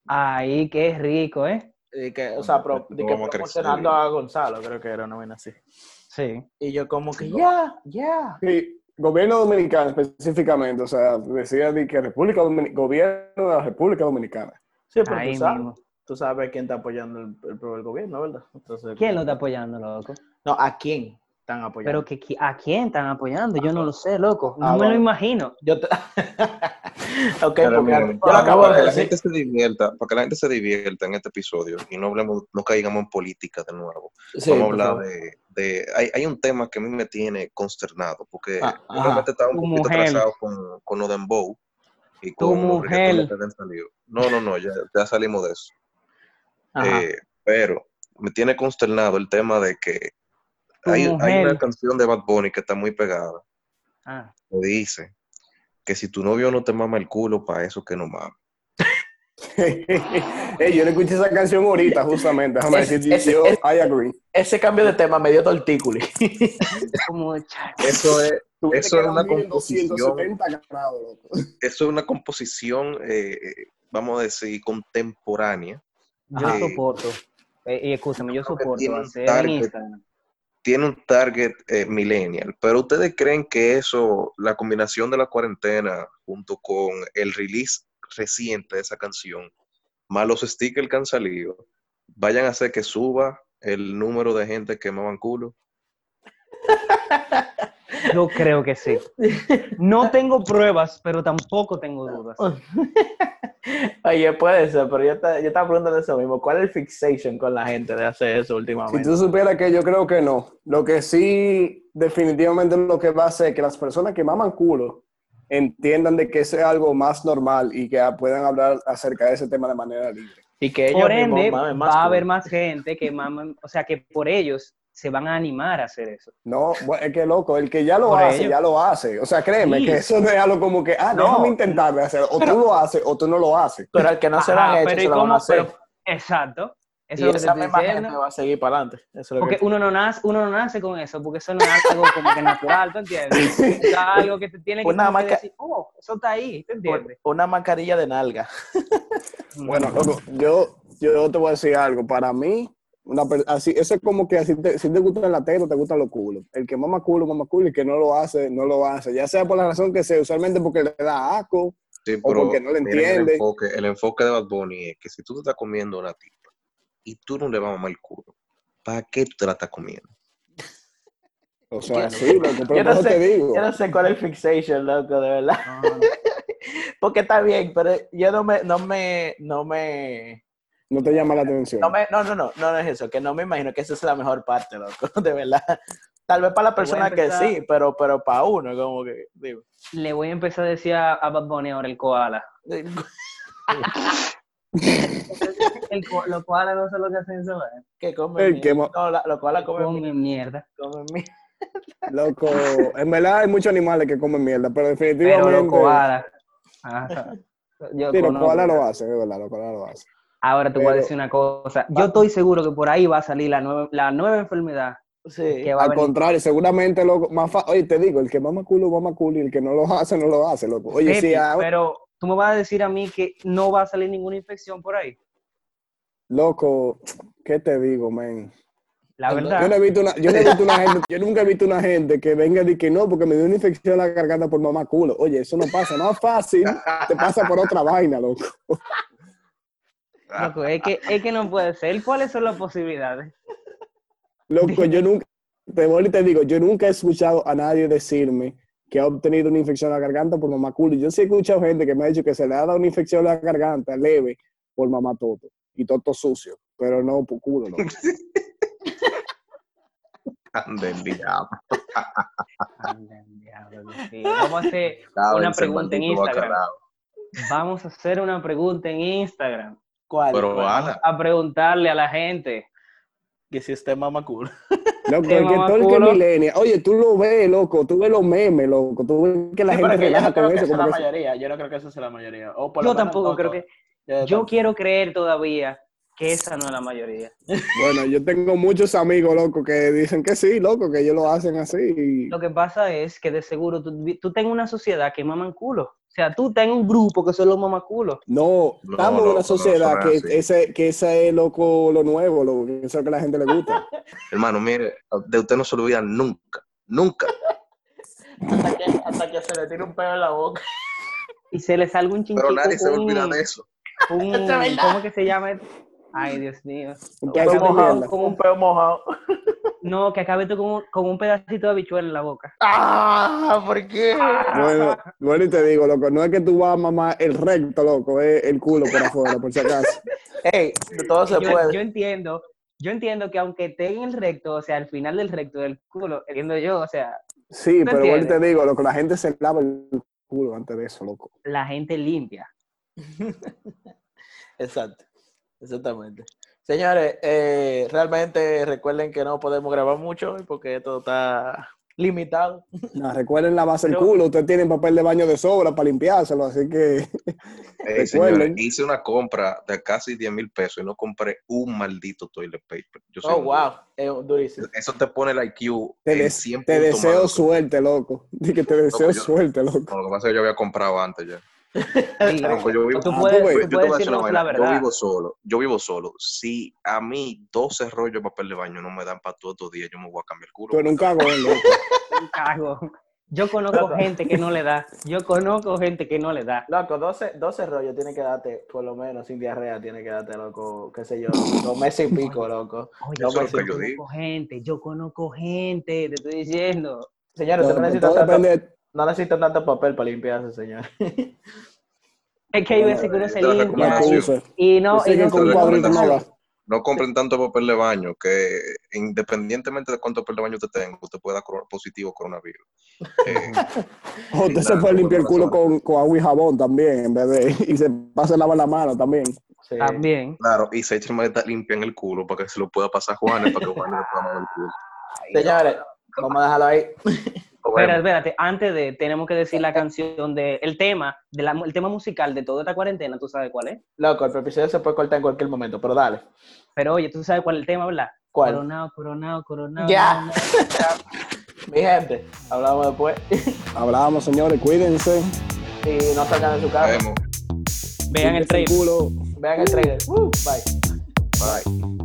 [SPEAKER 5] Ahí, qué rico, ¿eh?
[SPEAKER 2] Y que, o sea, pro-
[SPEAKER 1] No
[SPEAKER 2] y que
[SPEAKER 1] vamos a crecer.
[SPEAKER 2] promocionando a Gonzalo, creo que era una vaina así.
[SPEAKER 5] Sí.
[SPEAKER 2] Y yo como que,
[SPEAKER 1] No.
[SPEAKER 2] ya, ya.
[SPEAKER 4] Sí, gobierno dominicano específicamente, o sea, decía de que República Domini- gobierno de la República Dominicana.
[SPEAKER 2] Sí, pero tú
[SPEAKER 5] Ahí
[SPEAKER 2] sabes,
[SPEAKER 5] mismo.
[SPEAKER 2] tú sabes quién está apoyando el, el, el gobierno, ¿verdad? Entonces,
[SPEAKER 5] ¿Quién lo está apoyando, loco?
[SPEAKER 2] No, ¿a quién están apoyando?
[SPEAKER 5] Pero que, qui- ¿a quién están apoyando? Yo no lo sé, loco.
[SPEAKER 2] Ah,
[SPEAKER 5] No me lo
[SPEAKER 2] bueno.
[SPEAKER 5] imagino.
[SPEAKER 2] Yo te... ok,
[SPEAKER 1] Pero ah,
[SPEAKER 2] porque
[SPEAKER 1] miren,
[SPEAKER 2] yo lo
[SPEAKER 1] para,
[SPEAKER 2] acabo
[SPEAKER 1] para
[SPEAKER 2] de
[SPEAKER 1] que la
[SPEAKER 2] decir.
[SPEAKER 1] gente se divierta, para que la gente se divierta en este episodio y no hablemos, no caigamos en política de nuevo.
[SPEAKER 2] Sí,
[SPEAKER 1] Vamos a
[SPEAKER 2] por
[SPEAKER 1] hablar
[SPEAKER 2] favor.
[SPEAKER 1] de, de hay, hay un tema que a mí me tiene consternado, porque
[SPEAKER 2] Ah,
[SPEAKER 1] yo
[SPEAKER 2] ajá.
[SPEAKER 1] realmente estaba un
[SPEAKER 5] Tu
[SPEAKER 1] poquito
[SPEAKER 5] mujer.
[SPEAKER 1] atrasado con, con lo de Dembow y
[SPEAKER 5] Tu
[SPEAKER 1] con los reggaetones
[SPEAKER 5] mujer.
[SPEAKER 1] que habían salido. No, no, no, ya, ya salimos de eso.
[SPEAKER 2] Ajá.
[SPEAKER 1] Eh, pero me tiene consternado el tema de que
[SPEAKER 5] Tu
[SPEAKER 1] hay, hay una
[SPEAKER 5] mujer.
[SPEAKER 1] canción de Bad Bunny que está muy pegada,
[SPEAKER 5] Ah,
[SPEAKER 1] que dice que si tu novio no te mama el culo, para eso que no mama.
[SPEAKER 4] Ey, yo le escuché esa canción ahorita, justamente. Déjame
[SPEAKER 2] Es-
[SPEAKER 4] decir,
[SPEAKER 2] es-
[SPEAKER 4] yo,
[SPEAKER 2] es-
[SPEAKER 4] I agree.
[SPEAKER 2] Ese cambio de tema me dio tortículi.
[SPEAKER 5] como cha-
[SPEAKER 1] Eso es,
[SPEAKER 4] Tuviste
[SPEAKER 1] eso
[SPEAKER 4] que
[SPEAKER 1] es
[SPEAKER 4] eran
[SPEAKER 1] una composición,
[SPEAKER 4] 1270 grados, loco.
[SPEAKER 1] eso es una composición, eh, eh, vamos a decir, contemporánea.
[SPEAKER 5] Yo
[SPEAKER 2] Ah.
[SPEAKER 1] Eh,
[SPEAKER 5] soporto. eh, y escúchame, yo
[SPEAKER 1] creo que
[SPEAKER 5] soporto
[SPEAKER 1] tiene un
[SPEAKER 5] hacer en
[SPEAKER 1] target,
[SPEAKER 5] Instagram.
[SPEAKER 1] tiene un target eh, millennial. Pero ustedes creen que eso, la combinación de la cuarentena junto con el release reciente de esa canción, más los stickers que han salido, vayan a hacer que suba el número de gente que maman culo.
[SPEAKER 5] Yo creo que sí. No tengo pruebas, pero tampoco tengo dudas.
[SPEAKER 2] Oye, puede ser, pero yo, ta- yo estaba preguntando eso mismo. ¿Cuál es el fixation con la gente de hacer eso
[SPEAKER 4] Si
[SPEAKER 2] últimamente?
[SPEAKER 4] tú supieras que yo creo que no. Lo que sí, definitivamente lo que va a hacer es que las personas que maman culo entiendan de que eso es algo más normal y que puedan hablar acerca de ese tema de manera libre.
[SPEAKER 2] Y que ellos
[SPEAKER 5] Por
[SPEAKER 2] mismos
[SPEAKER 5] ende,
[SPEAKER 2] mamen
[SPEAKER 5] va a
[SPEAKER 2] culo.
[SPEAKER 5] haber más gente que maman, o sea, que por ellos se van a animar a hacer eso.
[SPEAKER 4] No, bueno, es que loco, el que ya lo
[SPEAKER 5] Por
[SPEAKER 4] hace,
[SPEAKER 5] ello.
[SPEAKER 4] ya lo hace. O sea, créeme
[SPEAKER 5] Sí.
[SPEAKER 4] que eso no es algo como que, ah,
[SPEAKER 5] No.
[SPEAKER 4] déjame intentarme hacerlo. O tú lo haces o tú no lo haces.
[SPEAKER 2] Pero al que no se lo han
[SPEAKER 5] Ajá,
[SPEAKER 2] hecho,
[SPEAKER 5] pero
[SPEAKER 2] se
[SPEAKER 5] ¿y
[SPEAKER 2] lo van a
[SPEAKER 5] cómo?
[SPEAKER 2] hacer.
[SPEAKER 5] Pero- exacto.
[SPEAKER 2] y
[SPEAKER 5] Eso es lo que te
[SPEAKER 2] esa
[SPEAKER 5] estoy
[SPEAKER 2] misma
[SPEAKER 5] diciendo.
[SPEAKER 2] gente va a seguir para adelante. Eso es lo que
[SPEAKER 5] Porque uno no nace, uno no nace con eso, porque eso no es algo como que natural, ¿tú entiendes? Eso es algo que te tiene que,
[SPEAKER 4] Pues
[SPEAKER 2] Una
[SPEAKER 5] como que
[SPEAKER 2] marca-
[SPEAKER 5] decir, oh, eso está ahí, ¿te entiendes?
[SPEAKER 2] Una mascarilla de nalga.
[SPEAKER 4] Bueno, loco, yo, yo te voy a decir algo. Para mí, una, per- así, eso es como que así te, si te gusta la teta, te gustan los culos. El que mama culo, mama culo. El que no lo hace, no lo hace. Ya sea por la razón que sea, usualmente porque le da asco
[SPEAKER 1] Sí,
[SPEAKER 4] O
[SPEAKER 1] pero
[SPEAKER 4] porque no le
[SPEAKER 1] miren el,
[SPEAKER 4] entienden.
[SPEAKER 1] enfoque, el enfoque de Bad Bunny es que si tú te estás comiendo a una tipa y tú no le vas a mamar el culo, ¿para qué tú te la estás comiendo?
[SPEAKER 4] O sea, sí, loco, pero
[SPEAKER 2] Yo no,
[SPEAKER 4] por eso te
[SPEAKER 2] sé,
[SPEAKER 4] digo.
[SPEAKER 2] yo no sé cuál es el fixation, loco, de verdad. Porque está bien, pero yo no me, no me, no me,
[SPEAKER 4] No te llama la atención.
[SPEAKER 2] no me, no, no, no, no, no es eso, que no me imagino que esa es la mejor parte, loco, de verdad. Tal vez para la persona que
[SPEAKER 5] empezar-
[SPEAKER 2] sí, pero, pero para uno, como que, digo.
[SPEAKER 5] Le voy a empezar a decir a, a Bad Bunny ahora el koala. El ko- los koalas no son los que hacen eso, ¿eh?
[SPEAKER 2] Que come
[SPEAKER 4] Ey, qué
[SPEAKER 2] mierda.
[SPEAKER 4] mo-
[SPEAKER 2] No, la- lo cual la come
[SPEAKER 5] Come
[SPEAKER 2] mierda.
[SPEAKER 5] mierda.
[SPEAKER 2] Come mierda.
[SPEAKER 4] Loco, en verdad hay muchos animales que comen mierda, pero definitivamente.
[SPEAKER 5] Pero los koalas. Ajá. Yo
[SPEAKER 4] Sí, los
[SPEAKER 5] conozco.
[SPEAKER 4] koalas lo hacen, es verdad, los koalas lo hacen.
[SPEAKER 5] Ahora te voy a
[SPEAKER 4] Pero-
[SPEAKER 5] decir una cosa. Yo estoy seguro que por ahí va a salir la nueva, la nueva enfermedad
[SPEAKER 2] Sí.
[SPEAKER 5] que va a
[SPEAKER 4] Al
[SPEAKER 5] venir.
[SPEAKER 4] contrario, seguramente, loco, más fa- Oye, te digo, el que mama culo, mama culo, y el que no lo hace, no lo hace, loco. Oye,
[SPEAKER 5] Pepe,
[SPEAKER 4] sí, ah,
[SPEAKER 5] pero tú me vas a decir a mí que no va a salir ninguna infección por ahí.
[SPEAKER 4] loco, ¿qué te digo, men?
[SPEAKER 5] La verdad.
[SPEAKER 4] Yo Pues no he visto una, yo no he visto una gente, yo nunca he visto una gente que venga y diga que no, porque me dio una infección en la garganta por mamá culo. Oye, eso no pasa, más fácil, te pasa por otra vaina, loco.
[SPEAKER 1] Ah,
[SPEAKER 5] Loco, es que, es que no puede ser. ¿Cuáles son las posibilidades?
[SPEAKER 4] Loco, yo nunca, te vuelvo y te digo, yo nunca he escuchado a nadie decirme que ha obtenido una infección en la garganta por mamaculo. Yo sí he escuchado gente que me ha dicho que se le ha dado una infección en la garganta leve por mamatoto y toto sucio, pero no por culo, loco.
[SPEAKER 1] Ande el diablo.
[SPEAKER 5] Anda, diablo, Dios mío. Vamos a hacer una
[SPEAKER 1] Cábense,
[SPEAKER 5] pregunta en
[SPEAKER 1] maldito
[SPEAKER 5] Instagram.
[SPEAKER 1] bacalao.
[SPEAKER 5] Vamos a hacer una pregunta en Instagram.
[SPEAKER 2] ¿Cuál?
[SPEAKER 1] Pero
[SPEAKER 5] pues.
[SPEAKER 2] cuál?
[SPEAKER 1] ala,
[SPEAKER 5] A preguntarle a la gente.
[SPEAKER 2] Que si usted mama culo.
[SPEAKER 4] Loco,
[SPEAKER 5] Te
[SPEAKER 4] el que todo el que es
[SPEAKER 5] mamaculo.
[SPEAKER 4] milenia. Oye, tú lo ves, loco, tú ves los memes, loco, tú ves que la
[SPEAKER 2] Sí, pero
[SPEAKER 4] gente
[SPEAKER 2] es que yo
[SPEAKER 4] relaja
[SPEAKER 2] no
[SPEAKER 4] con
[SPEAKER 2] creo que
[SPEAKER 4] eso.
[SPEAKER 2] eso sea la
[SPEAKER 4] Como que se-
[SPEAKER 2] mayoría. Yo no creo que eso sea la mayoría. O por lo
[SPEAKER 5] Yo
[SPEAKER 2] menos
[SPEAKER 5] tampoco
[SPEAKER 2] no
[SPEAKER 5] creo
[SPEAKER 2] todo.
[SPEAKER 5] que.
[SPEAKER 2] Yo
[SPEAKER 5] Yo
[SPEAKER 2] tampoco.
[SPEAKER 5] quiero creer todavía que esa no es la mayoría.
[SPEAKER 4] bueno, yo tengo muchos amigos, loco, que dicen que sí, loco, que ellos lo hacen así. y-
[SPEAKER 5] Lo que pasa es que de seguro tú, tú tengas una sociedad que maman culo. O sea, tú tengas un grupo que son los mamaculos.
[SPEAKER 4] No,
[SPEAKER 1] No,
[SPEAKER 4] estamos en
[SPEAKER 1] loco,
[SPEAKER 4] una
[SPEAKER 1] no,
[SPEAKER 4] sociedad
[SPEAKER 1] eso no
[SPEAKER 4] que,
[SPEAKER 1] es así.
[SPEAKER 4] ese, que ese es loco lo nuevo, loco, que eso es lo que a la gente le gusta.
[SPEAKER 1] hermano, mire, de usted no se olvida nunca, nunca.
[SPEAKER 2] Hasta que, hasta que se le tire un pelo en la boca.
[SPEAKER 5] Y se les salga un chinchito.
[SPEAKER 1] Pero nadie se va a olvidar
[SPEAKER 5] un-
[SPEAKER 1] de eso.
[SPEAKER 5] un-
[SPEAKER 2] Eso es verdad.
[SPEAKER 5] ¿Cómo que se llama? Ay, Dios mío.
[SPEAKER 4] Un
[SPEAKER 2] Un peo
[SPEAKER 4] pedacito de
[SPEAKER 2] mojado.
[SPEAKER 4] mierda.
[SPEAKER 2] Como un peo mojado.
[SPEAKER 5] No, que acabe tú con un, con un pedacito de habichuela en la boca.
[SPEAKER 2] ¡Ah! ¿Por qué?
[SPEAKER 4] Bueno, bueno, y te digo, loco, no es que tú vas a mamar el recto, loco, es el culo por afuera, por si acaso.
[SPEAKER 2] Ey, de todo se
[SPEAKER 5] Yo,
[SPEAKER 2] puede.
[SPEAKER 5] yo entiendo, yo entiendo que aunque esté en el recto, o sea, al final del recto del culo, entiendo yo, o sea,
[SPEAKER 4] Sí,
[SPEAKER 5] ¿Tú
[SPEAKER 4] pero bueno, y
[SPEAKER 5] entiendes?
[SPEAKER 4] te digo, loco, la gente se lava el culo antes de eso, loco.
[SPEAKER 5] la gente limpia.
[SPEAKER 2] Exacto. Exactamente. Señores, eh, realmente recuerden que no podemos grabar mucho hoy porque esto está limitado.
[SPEAKER 4] No, recuerden lavarse el
[SPEAKER 2] Pero-
[SPEAKER 4] culo, ustedes tienen papel de baño de sobra para limpiárselo, así que
[SPEAKER 1] Ey,
[SPEAKER 4] Recuerden.
[SPEAKER 1] señores, Eh, hice una compra de casi 10 mil pesos y no compré un maldito toilet paper. Yo soy
[SPEAKER 2] Oh,
[SPEAKER 1] un
[SPEAKER 2] wow. Es durísimo.
[SPEAKER 1] duro. Eso te pone el IQ
[SPEAKER 4] te,
[SPEAKER 1] en
[SPEAKER 4] des-
[SPEAKER 1] 100
[SPEAKER 4] te
[SPEAKER 1] puntos más de
[SPEAKER 4] deseo
[SPEAKER 1] lo que-
[SPEAKER 4] suerte, loco. Di que te deseo
[SPEAKER 1] yo-
[SPEAKER 4] suerte, loco.
[SPEAKER 1] No, lo que pasa es que yo había comprado antes ya.
[SPEAKER 5] Sí,
[SPEAKER 1] Loco, yo vivo- pues,
[SPEAKER 5] o tú
[SPEAKER 4] Ah, tú
[SPEAKER 5] puedes,
[SPEAKER 4] ves.
[SPEAKER 5] tú
[SPEAKER 1] Yo te voy a
[SPEAKER 5] puedes
[SPEAKER 1] decir una
[SPEAKER 5] decirnos la
[SPEAKER 1] vaina, yo
[SPEAKER 5] verdad.
[SPEAKER 1] vivo solo, yo vivo solo. Si a mí 12 rollos de papel de baño no me dan para todos los días, yo me voy a cambiar el culo.
[SPEAKER 4] Tú eres un cagón, loco.
[SPEAKER 5] Un cago. Yo conozco
[SPEAKER 2] Loco.
[SPEAKER 5] gente que no le da. Yo conozco gente que no le da.
[SPEAKER 2] Loco, 12, 12 rollos tiene que darte, por lo menos sin diarrea, tiene que darte, loco, qué sé yo, dos meses y pico, loco.
[SPEAKER 5] Oye, pues,
[SPEAKER 1] Eso es
[SPEAKER 2] Dos
[SPEAKER 1] lo
[SPEAKER 2] meses
[SPEAKER 1] que
[SPEAKER 2] y
[SPEAKER 1] yo
[SPEAKER 2] pico.
[SPEAKER 1] digo.
[SPEAKER 5] conozco gente, yo conozco gente, te estoy diciendo.
[SPEAKER 2] Señores, usted no
[SPEAKER 4] No,
[SPEAKER 2] necesita
[SPEAKER 4] todo
[SPEAKER 2] tanto,
[SPEAKER 4] depende.
[SPEAKER 2] no necesitan tanto papel para limpiarse, señor.
[SPEAKER 5] Es que hay
[SPEAKER 4] Bueno,
[SPEAKER 5] veces que uno se
[SPEAKER 1] esta es la
[SPEAKER 4] No
[SPEAKER 5] limpia
[SPEAKER 1] recomendación.
[SPEAKER 4] acuses.
[SPEAKER 5] y no,
[SPEAKER 4] Yo sé
[SPEAKER 5] y
[SPEAKER 4] que
[SPEAKER 5] no,
[SPEAKER 4] con
[SPEAKER 5] y
[SPEAKER 4] un
[SPEAKER 5] no
[SPEAKER 4] cuadrito no
[SPEAKER 5] sabe.
[SPEAKER 4] va.
[SPEAKER 1] No compren tanto papel de baño que independientemente de cuánto papel de baño te tenga, usted pueda dar positivo coronavirus. Eh,
[SPEAKER 4] O usted se
[SPEAKER 1] Claro,
[SPEAKER 4] puede limpiar el
[SPEAKER 1] bueno,
[SPEAKER 4] culo
[SPEAKER 1] para
[SPEAKER 4] con, con agua y jabón también, en vez de. Y se pasa a lavar la mano también.
[SPEAKER 2] Sí.
[SPEAKER 5] También.
[SPEAKER 1] claro, y se echa el maleta limpia en el culo para que se lo pueda pasar a Juanes, para que Juanes le pueda mover el culo.
[SPEAKER 2] Señores, vamos a dejarlo ahí.
[SPEAKER 1] Nos
[SPEAKER 5] Espera,
[SPEAKER 1] vemos.
[SPEAKER 5] espérate, antes de, tenemos que decir la canción de, el tema, de la, el tema musical de toda esta cuarentena, tú sabes cuál es.
[SPEAKER 2] Loco, el episodio se puede cortar en cualquier momento, pero dale.
[SPEAKER 5] Pero oye, tú sabes cuál es el tema, ¿verdad?
[SPEAKER 2] ¿Cuál?
[SPEAKER 5] Coronado, coronado, coronado.
[SPEAKER 2] Ya.
[SPEAKER 5] coronado.
[SPEAKER 2] Mi gente, hablamos después
[SPEAKER 4] Hablábamos, señores, cuídense.
[SPEAKER 2] y no salgan de su
[SPEAKER 1] Nos
[SPEAKER 2] casa.
[SPEAKER 1] vemos.
[SPEAKER 5] Vean el
[SPEAKER 4] Límpiense
[SPEAKER 5] trailer.
[SPEAKER 4] culo.
[SPEAKER 2] Vean el trailer. Uh, bye.
[SPEAKER 1] Bye.